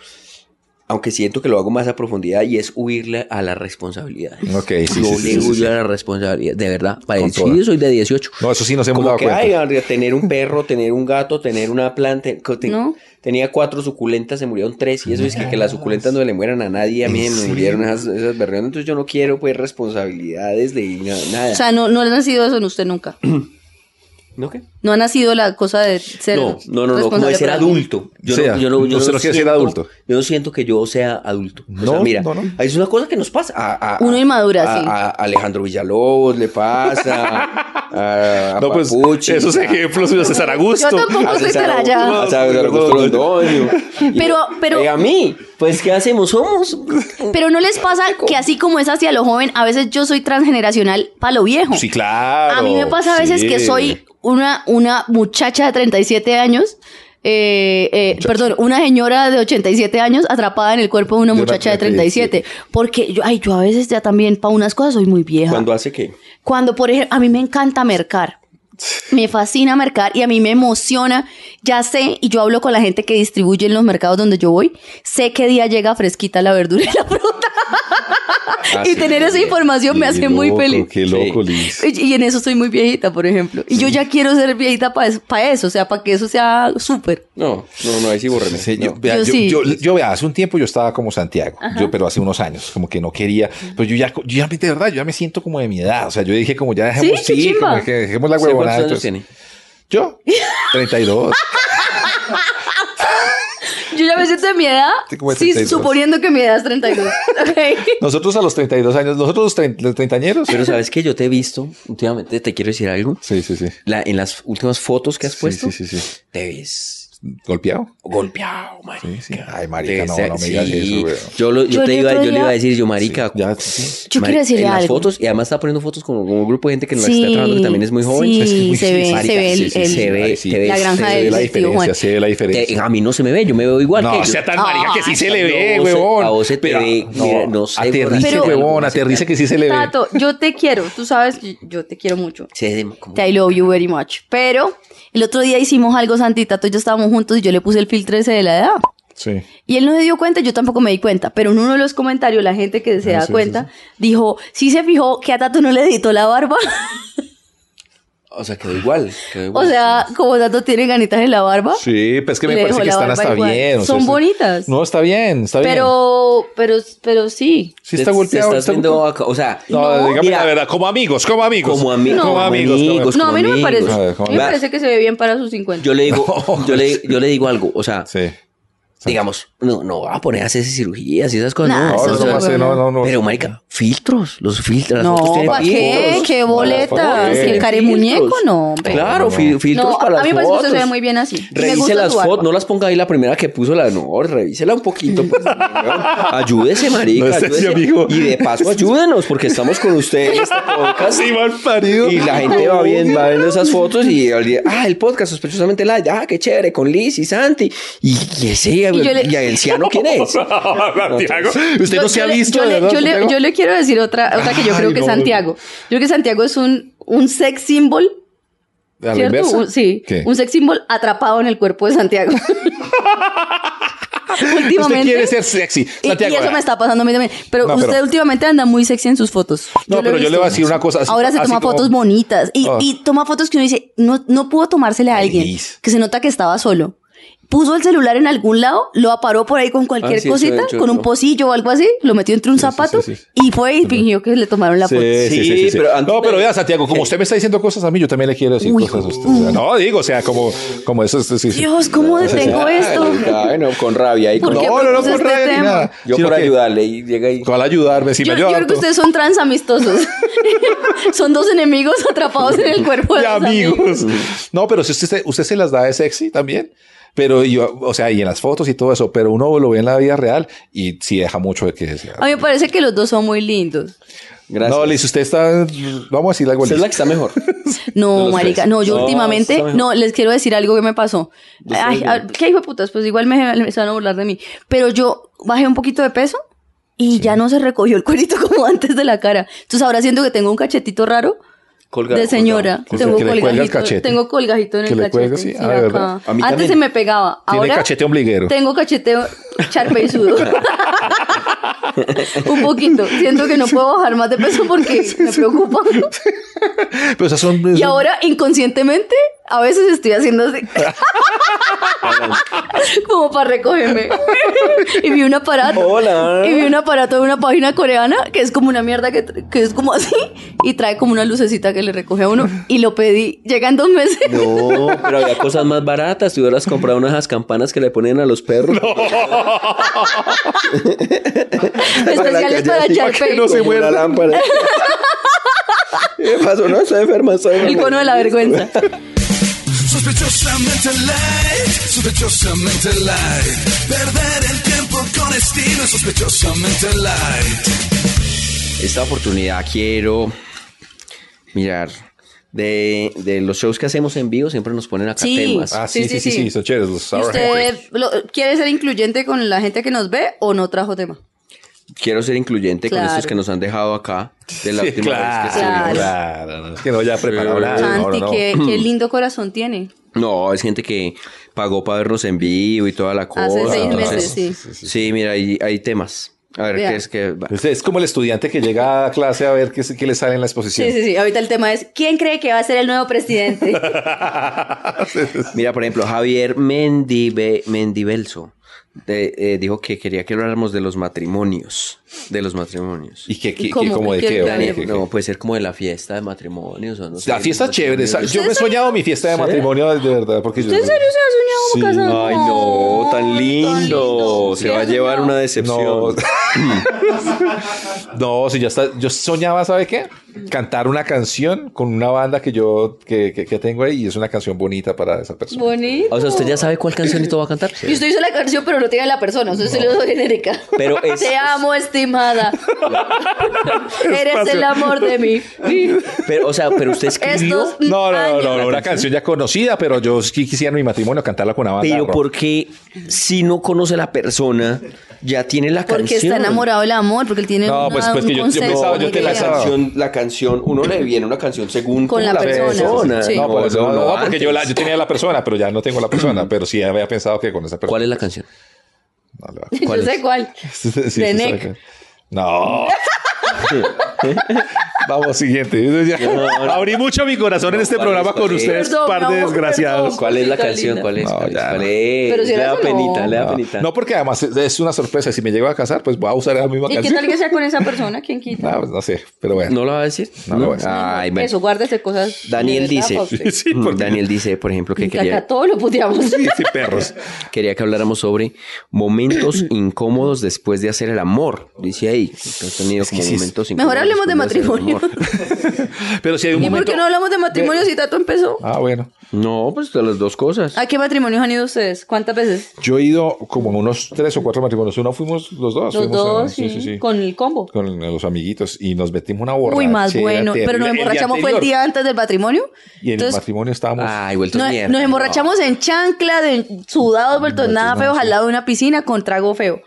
Speaker 1: aunque siento que lo hago más a profundidad y es huirle a la responsabilidad.
Speaker 3: Ok, sí, sí,
Speaker 1: Yo
Speaker 3: sí,
Speaker 1: le
Speaker 3: sí, sí,
Speaker 1: huyo
Speaker 3: sí.
Speaker 1: a la responsabilidad, de verdad. Para
Speaker 3: Con
Speaker 1: decir,
Speaker 3: toda.
Speaker 1: yo soy de 18.
Speaker 3: No, eso sí nos hemos
Speaker 1: Como
Speaker 3: dado
Speaker 1: que,
Speaker 3: cuenta.
Speaker 1: ay, Andrea, tener un perro, tener un gato, tener una planta. co- te-
Speaker 2: No.
Speaker 1: Tenía cuatro suculentas, se murieron tres. Y eso es que, que las suculentas no le mueran a nadie. A mí
Speaker 3: ¿En
Speaker 1: me
Speaker 3: serio?
Speaker 1: murieron esas, esas berreonas, Entonces yo no quiero, pues, responsabilidades de na- nada.
Speaker 2: O sea, no, no ha nacido eso en usted nunca.
Speaker 1: ¿No qué?
Speaker 2: No ha nacido la cosa de ser.
Speaker 1: No, no, no, no, como
Speaker 2: responsable
Speaker 1: de ser
Speaker 2: por algo.
Speaker 1: adulto. Yo
Speaker 3: O sea,
Speaker 1: no, yo no, yo
Speaker 3: usted no quiere ser
Speaker 1: siento-
Speaker 3: adulto.
Speaker 1: Yo no siento que yo sea adulto. O
Speaker 3: No,
Speaker 1: sea, mira,
Speaker 3: no, no.
Speaker 1: es una cosa que nos pasa. A, a-
Speaker 2: Uno
Speaker 1: a-
Speaker 2: inmadura,
Speaker 1: a-
Speaker 2: sí.
Speaker 1: A Alejandro Villalobos le
Speaker 3: [LAUGHS]
Speaker 1: pasa. a, a
Speaker 3: No, pues
Speaker 1: Papuchi,
Speaker 3: esos
Speaker 1: a-
Speaker 3: ejemplos suyos, César
Speaker 2: Yo
Speaker 3: Augusto. Ah,
Speaker 2: tampoco
Speaker 1: a
Speaker 2: soy
Speaker 1: César
Speaker 2: para allá.
Speaker 1: Augusto, a César Augusto Londoño. Y-
Speaker 2: [LAUGHS] Pero- pero-
Speaker 1: eh, a mí, pues, ¿qué hacemos?
Speaker 3: [LAUGHS]
Speaker 1: Somos.
Speaker 2: Pero no les pasa que así como es hacia lo joven, a veces yo soy transgeneracional para lo viejo.
Speaker 3: Sí, claro.
Speaker 2: A mí me pasa a veces
Speaker 3: sí.
Speaker 2: que soy una, una muchacha de 37 años. eh, eh, perdón, una señora de 87 años atrapada en el cuerpo de una
Speaker 3: De una
Speaker 2: muchacha de 37.
Speaker 3: 37.
Speaker 2: Porque yo, ay, yo a veces ya también, para unas cosas, soy muy vieja.
Speaker 1: Cuando hace qué?
Speaker 2: Cuando, por ejemplo, a mí me encanta mercar. Me fascina mercar y a mí me emociona. Ya sé, y yo hablo con la gente que distribuye en los mercados donde yo voy, sé qué día llega fresquita la verdura y la fruta. y tener esa información me
Speaker 3: Ah, Qué
Speaker 2: hace muy
Speaker 3: loco,
Speaker 2: feliz.
Speaker 3: Qué loco,
Speaker 1: Sí.
Speaker 3: Liz.
Speaker 2: Y, y en eso soy muy viejita, por ejemplo. Y yo ya quiero ser viejita para eso, pa' eso, o sea, para que eso sea súper.
Speaker 1: No, no, no, ahí sí borreme.
Speaker 3: Sí, yo,
Speaker 1: No.
Speaker 3: vea,
Speaker 2: Yo
Speaker 3: yo,
Speaker 2: sí.
Speaker 3: yo- yo, vea, hace un tiempo yo estaba como Santiago, yo, pero hace unos años, como que no quería, pues pero yo ya, yo ya, de verdad, yo ya me siento como de mi edad, o sea, yo dije como ya dejemos,
Speaker 2: Sí, qué chimba.
Speaker 3: como que dejemos la
Speaker 1: ¿Sabe cuál
Speaker 3: nada.
Speaker 1: ¿Cuántos años
Speaker 3: entonces-
Speaker 1: tiene?
Speaker 3: Yo,
Speaker 2: [LAUGHS]
Speaker 3: 32.
Speaker 2: Yo ya me siento de mi edad.
Speaker 3: Tengo Pues, como
Speaker 2: Sí,
Speaker 3: de 32.
Speaker 2: suponiendo que mi edad es
Speaker 3: [LAUGHS]
Speaker 2: 32. Ok.
Speaker 3: Nosotros a los 32 años, nosotros los, trein- los treintañeros.
Speaker 1: Pero sabes que yo te he visto últimamente, te quiero decir algo.
Speaker 3: Sí, sí, sí.
Speaker 1: La, en las últimas fotos que has
Speaker 3: Sí,
Speaker 1: puesto,
Speaker 3: sí, sí, sí.
Speaker 1: te ves
Speaker 3: ¿Golpeado?
Speaker 1: golpeado, marica.
Speaker 3: Sí, sí. Ay,
Speaker 1: Te
Speaker 3: marica, no,
Speaker 1: ves-
Speaker 3: no me digas
Speaker 1: sí.
Speaker 3: eso, güey.
Speaker 1: Yo, lo- yo
Speaker 2: Yo
Speaker 1: te
Speaker 2: el
Speaker 1: iba,
Speaker 2: otro
Speaker 1: yo le
Speaker 2: día-
Speaker 1: iba a decir, yo, marica.
Speaker 3: Ya, sí.
Speaker 2: Yo quiero decirle
Speaker 1: en las
Speaker 2: algo.
Speaker 1: fotos, y además está poniendo fotos con un grupo de gente que en la que
Speaker 2: Sí,
Speaker 1: está trabajando que también es muy joven.
Speaker 2: sí,
Speaker 1: Es que, uy,
Speaker 2: se ve-
Speaker 1: marica,
Speaker 2: se ve
Speaker 1: sí,
Speaker 2: el-
Speaker 1: sí,
Speaker 2: el-
Speaker 1: se ve,
Speaker 3: Sí,
Speaker 1: te ves-
Speaker 2: la granja
Speaker 1: te
Speaker 3: Se ve
Speaker 2: del-
Speaker 3: la
Speaker 1: ves-
Speaker 2: del tío Juan.
Speaker 3: diferencia, se ve la
Speaker 1: te-
Speaker 3: diferencia.
Speaker 1: a mí no se me ve, yo me veo igual que
Speaker 3: No,
Speaker 1: ellos.
Speaker 3: sea tan
Speaker 2: Ay,
Speaker 3: marica que sí se le ve,
Speaker 1: no se-
Speaker 3: huevón.
Speaker 1: a vos se te
Speaker 3: Pero-
Speaker 1: ve, mira, no sé,
Speaker 3: Aterrice,
Speaker 2: Pero-
Speaker 3: huevón, aterrice que sí se le ve.
Speaker 2: Tato, yo te quiero. Tú sabes, yo- yo te quiero mucho.
Speaker 1: Se ve como-
Speaker 2: Te I love you very much. Pero el otro día hicimos algo, Santi, Tato y yo estábamos juntos y yo le puse el filtro ese de la edad.
Speaker 3: Sí.
Speaker 2: Y él no se dio cuenta, yo tampoco me di cuenta, pero en uno de los comentarios la gente que se da
Speaker 3: Ah, sí, sí,
Speaker 2: cuenta dijo, sí se fijó que a Tato no le editó la barba. [LAUGHS]
Speaker 1: o sea, quedó igual. quedó
Speaker 2: o
Speaker 1: igual.
Speaker 2: sea, como Tato tiene ganitas en la barba,
Speaker 3: Sí, pues es que me
Speaker 2: Le dejó
Speaker 3: parece que
Speaker 2: la
Speaker 3: están
Speaker 2: barba
Speaker 3: hasta
Speaker 2: igual.
Speaker 3: bien. o sea,
Speaker 2: Son
Speaker 3: sí.
Speaker 2: bonitas.
Speaker 3: No, está bien, está bien.
Speaker 2: pero, pero, pero sí.
Speaker 3: Sí
Speaker 1: Te-
Speaker 3: está
Speaker 1: te
Speaker 3: golpeado.
Speaker 1: estás
Speaker 3: está
Speaker 1: viendo
Speaker 3: golpeado.
Speaker 1: acá, o sea,
Speaker 3: No, dígame
Speaker 1: Mira,
Speaker 3: la verdad, como amigos, como amigos.
Speaker 1: Como ami-
Speaker 2: No.
Speaker 3: como
Speaker 2: como
Speaker 3: amigos. como-
Speaker 1: amigos.
Speaker 2: No, a mí no me
Speaker 1: amigos.
Speaker 2: parece.
Speaker 3: Ah,
Speaker 2: A
Speaker 3: como
Speaker 2: mí me
Speaker 1: amigos.
Speaker 2: parece que se ve bien para sus 50.
Speaker 1: yo le digo, yo le, yo le digo algo, o sea,
Speaker 3: Sí.
Speaker 1: digamos, no, no va a poner a hacerse cirugías y esas cosas,
Speaker 2: Nah,
Speaker 1: no.
Speaker 3: No,
Speaker 2: eso
Speaker 1: o
Speaker 3: no,
Speaker 2: es
Speaker 1: sea,
Speaker 3: no,
Speaker 2: una
Speaker 3: parce, no, no, no.
Speaker 1: Pero, marica, filtros, los filtros. las
Speaker 2: no,
Speaker 1: fotos tienen
Speaker 2: ¿para qué?
Speaker 1: filtros.
Speaker 2: ¿Qué boleta?
Speaker 3: fotos,
Speaker 2: Si el
Speaker 3: tiene
Speaker 2: caremuñeco, no, hombre.
Speaker 1: Claro, fi- filtros
Speaker 2: No,
Speaker 1: para
Speaker 2: a
Speaker 1: las
Speaker 2: mí me parece que
Speaker 1: fotos.
Speaker 2: usted se ve muy bien así. Y me
Speaker 1: Revise
Speaker 2: gusta
Speaker 1: las
Speaker 2: su barba.
Speaker 1: fotos, no las ponga ahí la primera que puso la no, revísela un poquito.
Speaker 2: [LAUGHS]
Speaker 1: pues, weón. ayúdese, marica.
Speaker 3: No, este es mi
Speaker 1: ayúdese.
Speaker 3: amigo.
Speaker 1: Y de paso, ayúdenos, porque estamos con ustedes en este podcast.
Speaker 3: [LAUGHS] Sí, mal parido.
Speaker 1: Y la gente va bien, va viendo esas fotos y al día, ah, el podcast sospechosamente live, ah, qué chévere, con Liz y Santi. Y, y ese, y,
Speaker 2: yo le-
Speaker 1: el anciano, ¿quién
Speaker 2: [LAUGHS]
Speaker 1: es?
Speaker 3: Santiago, usted
Speaker 2: Yo-
Speaker 3: no se
Speaker 2: yo
Speaker 3: ha
Speaker 2: le-
Speaker 3: visto,
Speaker 2: yo le,
Speaker 3: ¿verdad,
Speaker 2: yo, le,
Speaker 3: Santiago?
Speaker 2: yo le quiero decir otra, otra que yo creo
Speaker 3: Ay,
Speaker 2: que es
Speaker 3: no.
Speaker 2: Santiago. Yo creo que Santiago es un, un sex symbol.
Speaker 3: ¿A la
Speaker 2: ¿Cierto?
Speaker 3: inversa?
Speaker 2: Un- sí,
Speaker 3: ¿Qué?
Speaker 2: un sex symbol atrapado en el cuerpo de
Speaker 3: [LAUGHS]
Speaker 2: Santiago. [LAUGHS]
Speaker 3: Usted
Speaker 2: últimamente.
Speaker 3: quiere ser sexy.
Speaker 2: y- y,
Speaker 3: Santiago,
Speaker 2: eso
Speaker 3: vea.
Speaker 2: me está pasando a mí también. Pero
Speaker 3: No,
Speaker 2: usted
Speaker 3: pero-
Speaker 2: últimamente anda muy sexy en sus fotos.
Speaker 3: No,
Speaker 2: lo he
Speaker 3: pero yo le
Speaker 2: visto.
Speaker 3: voy a decir una cosa, así-
Speaker 2: Ahora se
Speaker 3: así
Speaker 2: toma
Speaker 3: como-
Speaker 2: fotos bonitas y,
Speaker 3: Ah.
Speaker 2: y toma fotos que uno dice, no, no pudo tomársele a alguien,
Speaker 3: Feliz.
Speaker 2: que se nota que estaba solo. Puso el celular en algún lado, lo aparó por ahí con cualquier
Speaker 1: Ah, sí, eso
Speaker 2: cosita,
Speaker 1: he hecho
Speaker 2: con un
Speaker 1: yo.
Speaker 2: pocillo o algo así, lo metió entre un zapato
Speaker 3: sí, sí.
Speaker 2: y fue y fingió que le tomaron la
Speaker 3: Sí,
Speaker 2: foto.
Speaker 3: sí, sí,
Speaker 1: Sí,
Speaker 3: sí, sí.
Speaker 1: pero antes
Speaker 3: no, pero
Speaker 1: de-
Speaker 3: vea, Santiago, como usted me está diciendo cosas a mí, yo también le quiero decir
Speaker 2: Uy,
Speaker 3: cosas a usted. O sea, no, digo, o sea, como, como eso. Sí, sí.
Speaker 2: Dios, ¿cómo detengo esto?
Speaker 1: Bueno, con rabia. Y
Speaker 2: ¿Por
Speaker 1: con...
Speaker 2: qué
Speaker 3: no, no, no,
Speaker 2: propuse
Speaker 3: por
Speaker 2: este
Speaker 3: rabia ni
Speaker 2: tema?
Speaker 3: nada.
Speaker 1: Yo
Speaker 3: sino
Speaker 1: por
Speaker 3: que-
Speaker 1: ayudarle y llega ahí.
Speaker 3: Con ayudarme, si
Speaker 2: Yo,
Speaker 3: me
Speaker 2: yo
Speaker 3: ayuda.
Speaker 2: creo que
Speaker 3: harto.
Speaker 2: ustedes son trans amistosos. [LAUGHS] son dos enemigos atrapados en el cuerpo de,
Speaker 3: de
Speaker 2: los
Speaker 3: amigos. [LAUGHS] No, pero si usted, se- usted se las da de sexy también. Pero yo, o sea, y en las fotos y todo eso, pero uno lo ve en la vida real y sí deja mucho de que desear.
Speaker 2: A mí me parece que los dos son muy lindos.
Speaker 1: Gracias.
Speaker 3: No, Liz, usted está. Vamos a decir algo.
Speaker 1: Usted es
Speaker 3: Liz.
Speaker 1: la que está mejor. De
Speaker 2: No,
Speaker 1: los
Speaker 2: marica,
Speaker 1: tres.
Speaker 2: no, yo
Speaker 1: No,
Speaker 2: últimamente,
Speaker 1: está mejor.
Speaker 2: no, les quiero decir algo que me pasó.
Speaker 1: sé,
Speaker 2: Ay,
Speaker 1: yo-
Speaker 2: a- qué hijo de putas, pues igual me, me se van a burlar de mí. Pero yo bajé un poquito de peso y ya no se recogió el cuerito [LAUGHS] como antes de la cara. Entonces ahora siento que tengo un cachetito raro
Speaker 1: [LAUGHS] Colgado,
Speaker 2: de señora.
Speaker 3: colgado.
Speaker 2: Tengo
Speaker 3: Que le cuelga el
Speaker 2: colgajito,
Speaker 3: cachete.
Speaker 2: tengo colgajito en
Speaker 3: Que
Speaker 2: el
Speaker 3: le cuelga
Speaker 2: cachete. sí,
Speaker 3: así. Ah,
Speaker 2: acá.
Speaker 3: ¿verdad? A mí
Speaker 2: Antes
Speaker 3: también.
Speaker 2: se me pegaba.
Speaker 3: Tiene
Speaker 2: ahora
Speaker 3: cachete ombliguero.
Speaker 2: Tengo cacheteo
Speaker 3: [LAUGHS]
Speaker 2: charpezudo. un poquito. Siento que no puedo bajar más de peso porque me preocupa.
Speaker 3: [LAUGHS] Pero esas son.
Speaker 2: Y
Speaker 3: son-
Speaker 2: ahora, inconscientemente, a veces estoy haciendo así.
Speaker 3: [LAUGHS]
Speaker 2: Como para recogerme. y vi un aparato.
Speaker 1: Hola.
Speaker 2: Y vi un aparato de una página coreana que es como una mierda que, tra- que es como así y trae como una lucecita que le recoge a uno. Y lo pedí. Llegan dos meses.
Speaker 1: No, pero había cosas más baratas. Tú hubieras comprado unas de esas campanas que le ponen a los perros.
Speaker 2: [LAUGHS]
Speaker 1: [LAUGHS]
Speaker 2: especiales para echar
Speaker 3: que no
Speaker 2: pecho.
Speaker 3: se muera.
Speaker 1: [LAUGHS] lámpara. ¿Qué pasó? No, estoy enferma, estoy
Speaker 2: El
Speaker 1: enferma.
Speaker 2: cono de la
Speaker 3: [LAUGHS]
Speaker 2: vergüenza.
Speaker 5: Sospechosamente light, sospechosamente light. Perder el tiempo con estilo, es sospechosamente light.
Speaker 1: Esta oportunidad quiero mirar. De, de los shows que hacemos en vivo siempre nos ponen acá
Speaker 2: Sí.
Speaker 1: temas.
Speaker 3: Ah, sí, sí, sí, sí, son chéveres. Los
Speaker 2: ¿Y
Speaker 3: Sour
Speaker 2: usted
Speaker 3: Henry.
Speaker 2: lo- quiere ser incluyente con la gente que nos ve o no trajo tema?
Speaker 1: Quiero ser incluyente
Speaker 2: Claro.
Speaker 1: con estos que nos han dejado acá de la
Speaker 3: Sí,
Speaker 1: última
Speaker 3: claro,
Speaker 1: vez que estuvimos.
Speaker 2: Claro.
Speaker 3: claro, no, Es que no haya preparado nada.
Speaker 2: Santi,
Speaker 3: Ah, no, no, no.
Speaker 2: Qué,
Speaker 3: [CLEARS THROAT]
Speaker 2: qué lindo corazón tiene.
Speaker 1: No, es gente que pagó para vernos en vivo y toda la cosa.
Speaker 2: Hace seis
Speaker 1: entonces-
Speaker 2: meses, sí.
Speaker 1: Sí, mira, ahí hay temas. A ver,
Speaker 2: Vea.
Speaker 1: ¿qué es que...?
Speaker 3: Es, Pues es como el estudiante que llega a clase a ver qué, se- qué le sale en la exposición.
Speaker 2: Sí, sí, sí. Ahorita el tema es, ¿quién cree que va a ser el nuevo
Speaker 3: [LAUGHS]
Speaker 2: presidente?
Speaker 1: Mira, por ejemplo, Javier Mendive, Mendibelso de- eh, dijo que quería que habláramos de los matrimonios. de los matrimonios.
Speaker 3: ¿Y qué, qué- qué-
Speaker 2: cómo?
Speaker 3: como de
Speaker 2: ¿Qué-
Speaker 3: qué?
Speaker 2: qué-
Speaker 3: o qué-
Speaker 2: qué-
Speaker 3: qué-
Speaker 1: No, puede ser como de la fiesta de matrimonios o no sé.
Speaker 3: La fiesta es chévere. esa- Yo me he
Speaker 2: ¿Ustedes
Speaker 3: soñado mi fiesta de
Speaker 1: ¿Sí?
Speaker 3: matrimonio de verdad. Porque yo,
Speaker 2: ¿Usted en serio se ha soñado
Speaker 3: Sí.
Speaker 2: casado?
Speaker 1: Ay, no, tan lindo. Se
Speaker 2: ¿Sí
Speaker 1: va a
Speaker 2: has
Speaker 1: llevar
Speaker 2: soñado?
Speaker 1: una decepción.
Speaker 3: No. [LAUGHS] no, si ya está. Yo soñaba, ¿sabe qué? Cantar una canción con una banda que yo que, que- que tengo ahí y es una canción bonita para esa persona.
Speaker 2: Bonito.
Speaker 1: O sea, usted ya sabe cuál canción y todo va a cantar.
Speaker 2: Y usted hizo la canción, pero no tiene la persona. Usted se lo hizo genérica. [LAUGHS]
Speaker 1: Pero es-
Speaker 2: Te amo,
Speaker 3: [LAUGHS]
Speaker 2: estimada. Eres el amor de mí.
Speaker 1: Pero, o sea, pero usted escribió.
Speaker 2: Estos
Speaker 3: No, no, no,
Speaker 2: años.
Speaker 3: no, no, una canción ya conocida, pero yo sí quisiera en mi matrimonio cantarla con una banda.
Speaker 1: Pero
Speaker 3: rock.
Speaker 1: porque si no conoce a la persona, ya tiene la
Speaker 2: Porque
Speaker 1: canción.
Speaker 2: está enamorado del amor, porque él tiene
Speaker 3: No,
Speaker 2: una-
Speaker 3: pues- pues
Speaker 2: un
Speaker 3: que yo- yo
Speaker 2: concepto,
Speaker 3: pensaba,
Speaker 2: una
Speaker 3: yo te
Speaker 2: idea.
Speaker 1: la canción, la canción, uno le viene una canción según
Speaker 2: Con la
Speaker 1: cómo
Speaker 2: persona. Sí.
Speaker 3: No,
Speaker 1: No, pues
Speaker 3: por eso,
Speaker 1: no,
Speaker 3: no,
Speaker 1: no,
Speaker 3: porque yo, la- yo
Speaker 1: antes.
Speaker 3: tenía la persona, pero ya no tengo la persona. pero sí había pensado que con esa persona.
Speaker 1: ¿Cuál es la canción?
Speaker 3: No, le va-
Speaker 2: [LAUGHS] Yo sé cuál.
Speaker 3: Sí, sí, sí,
Speaker 2: De
Speaker 3: sí,
Speaker 2: Nick.
Speaker 3: sabe que- No. [LAUGHS] Vamos, siguiente. Ya. Abrí mucho mi corazón en este
Speaker 1: ¿cuál
Speaker 3: programa
Speaker 1: es, cuál
Speaker 3: con
Speaker 1: es?
Speaker 3: ustedes,
Speaker 2: Perdón,
Speaker 3: par de
Speaker 2: amor,
Speaker 3: desgraciados.
Speaker 2: perdón.
Speaker 1: ¿Cuál es la
Speaker 2: Cosita
Speaker 1: canción?
Speaker 2: pues linda.
Speaker 1: ¿Cuál es?
Speaker 3: No,
Speaker 1: ¿Cuál es? ¿Cuál
Speaker 3: ya, no.
Speaker 1: es?
Speaker 2: Pero si
Speaker 1: le
Speaker 2: la
Speaker 1: da
Speaker 2: hace, no.
Speaker 1: penita, le da
Speaker 3: No,
Speaker 1: penita.
Speaker 3: no, porque además es- es una sorpresa. Si me llego a casar, pues voy a usar la misma
Speaker 2: ¿Y qué
Speaker 3: canción.
Speaker 2: tal que sea con esa persona? ¿Quién quita?
Speaker 3: No, pues no sé, pero bueno.
Speaker 1: ¿No la va a decir?
Speaker 3: No la voy a decir.
Speaker 1: Ay, bueno.
Speaker 2: Eso, guárdese cosas.
Speaker 3: [LAUGHS]
Speaker 2: de
Speaker 1: Daniel
Speaker 2: verdad
Speaker 1: dice,
Speaker 2: pa' usted.
Speaker 3: Sí,
Speaker 1: Mm,
Speaker 3: porque-
Speaker 1: Daniel dice, por ejemplo, que
Speaker 2: Acá
Speaker 1: quería,
Speaker 2: todo lo puteamos.
Speaker 3: Sí, perros.
Speaker 1: quería que habláramos sobre
Speaker 3: [CLEARS THROAT]
Speaker 1: momentos incómodos después de hacer el amor. Dice ahí, que has tenido como
Speaker 3: sí es-
Speaker 1: momentos incómodos.
Speaker 2: Mejor hablemos de
Speaker 1: después hacer el
Speaker 2: matrimonio.
Speaker 1: amor.
Speaker 3: [LAUGHS] Pero si hay un
Speaker 2: [LAUGHS] ¿Y por
Speaker 3: momento.
Speaker 2: qué no hablamos de matrimonio si Tato empezó?
Speaker 3: Ah, bueno.
Speaker 1: No, pues de las dos cosas.
Speaker 2: ¿A qué matrimonios han ido ustedes? ¿Cuántas veces?
Speaker 3: Yo he ido como a unos tres o cuatro matrimonios. Uno fuimos los dos.
Speaker 2: Los
Speaker 3: fuimos a-
Speaker 2: dos,
Speaker 3: sí, sí,
Speaker 2: sí,
Speaker 3: sí. Con...
Speaker 2: Con el combo.
Speaker 3: los amiguitos y nos metimos una borrachera.
Speaker 2: Uy, más bueno.
Speaker 3: terrible.
Speaker 2: Pero nos
Speaker 3: El día
Speaker 2: emborrachamos fue el
Speaker 3: anterior.
Speaker 2: día antes del matrimonio.
Speaker 3: Y en el
Speaker 2: Entonces,
Speaker 3: matrimonio estábamos.
Speaker 1: Ay, vuelto
Speaker 2: nos,
Speaker 1: mierda.
Speaker 2: nos emborrachamos en chancla, de, sudados, vueltos nada feos, al lado de una piscina con trago feo.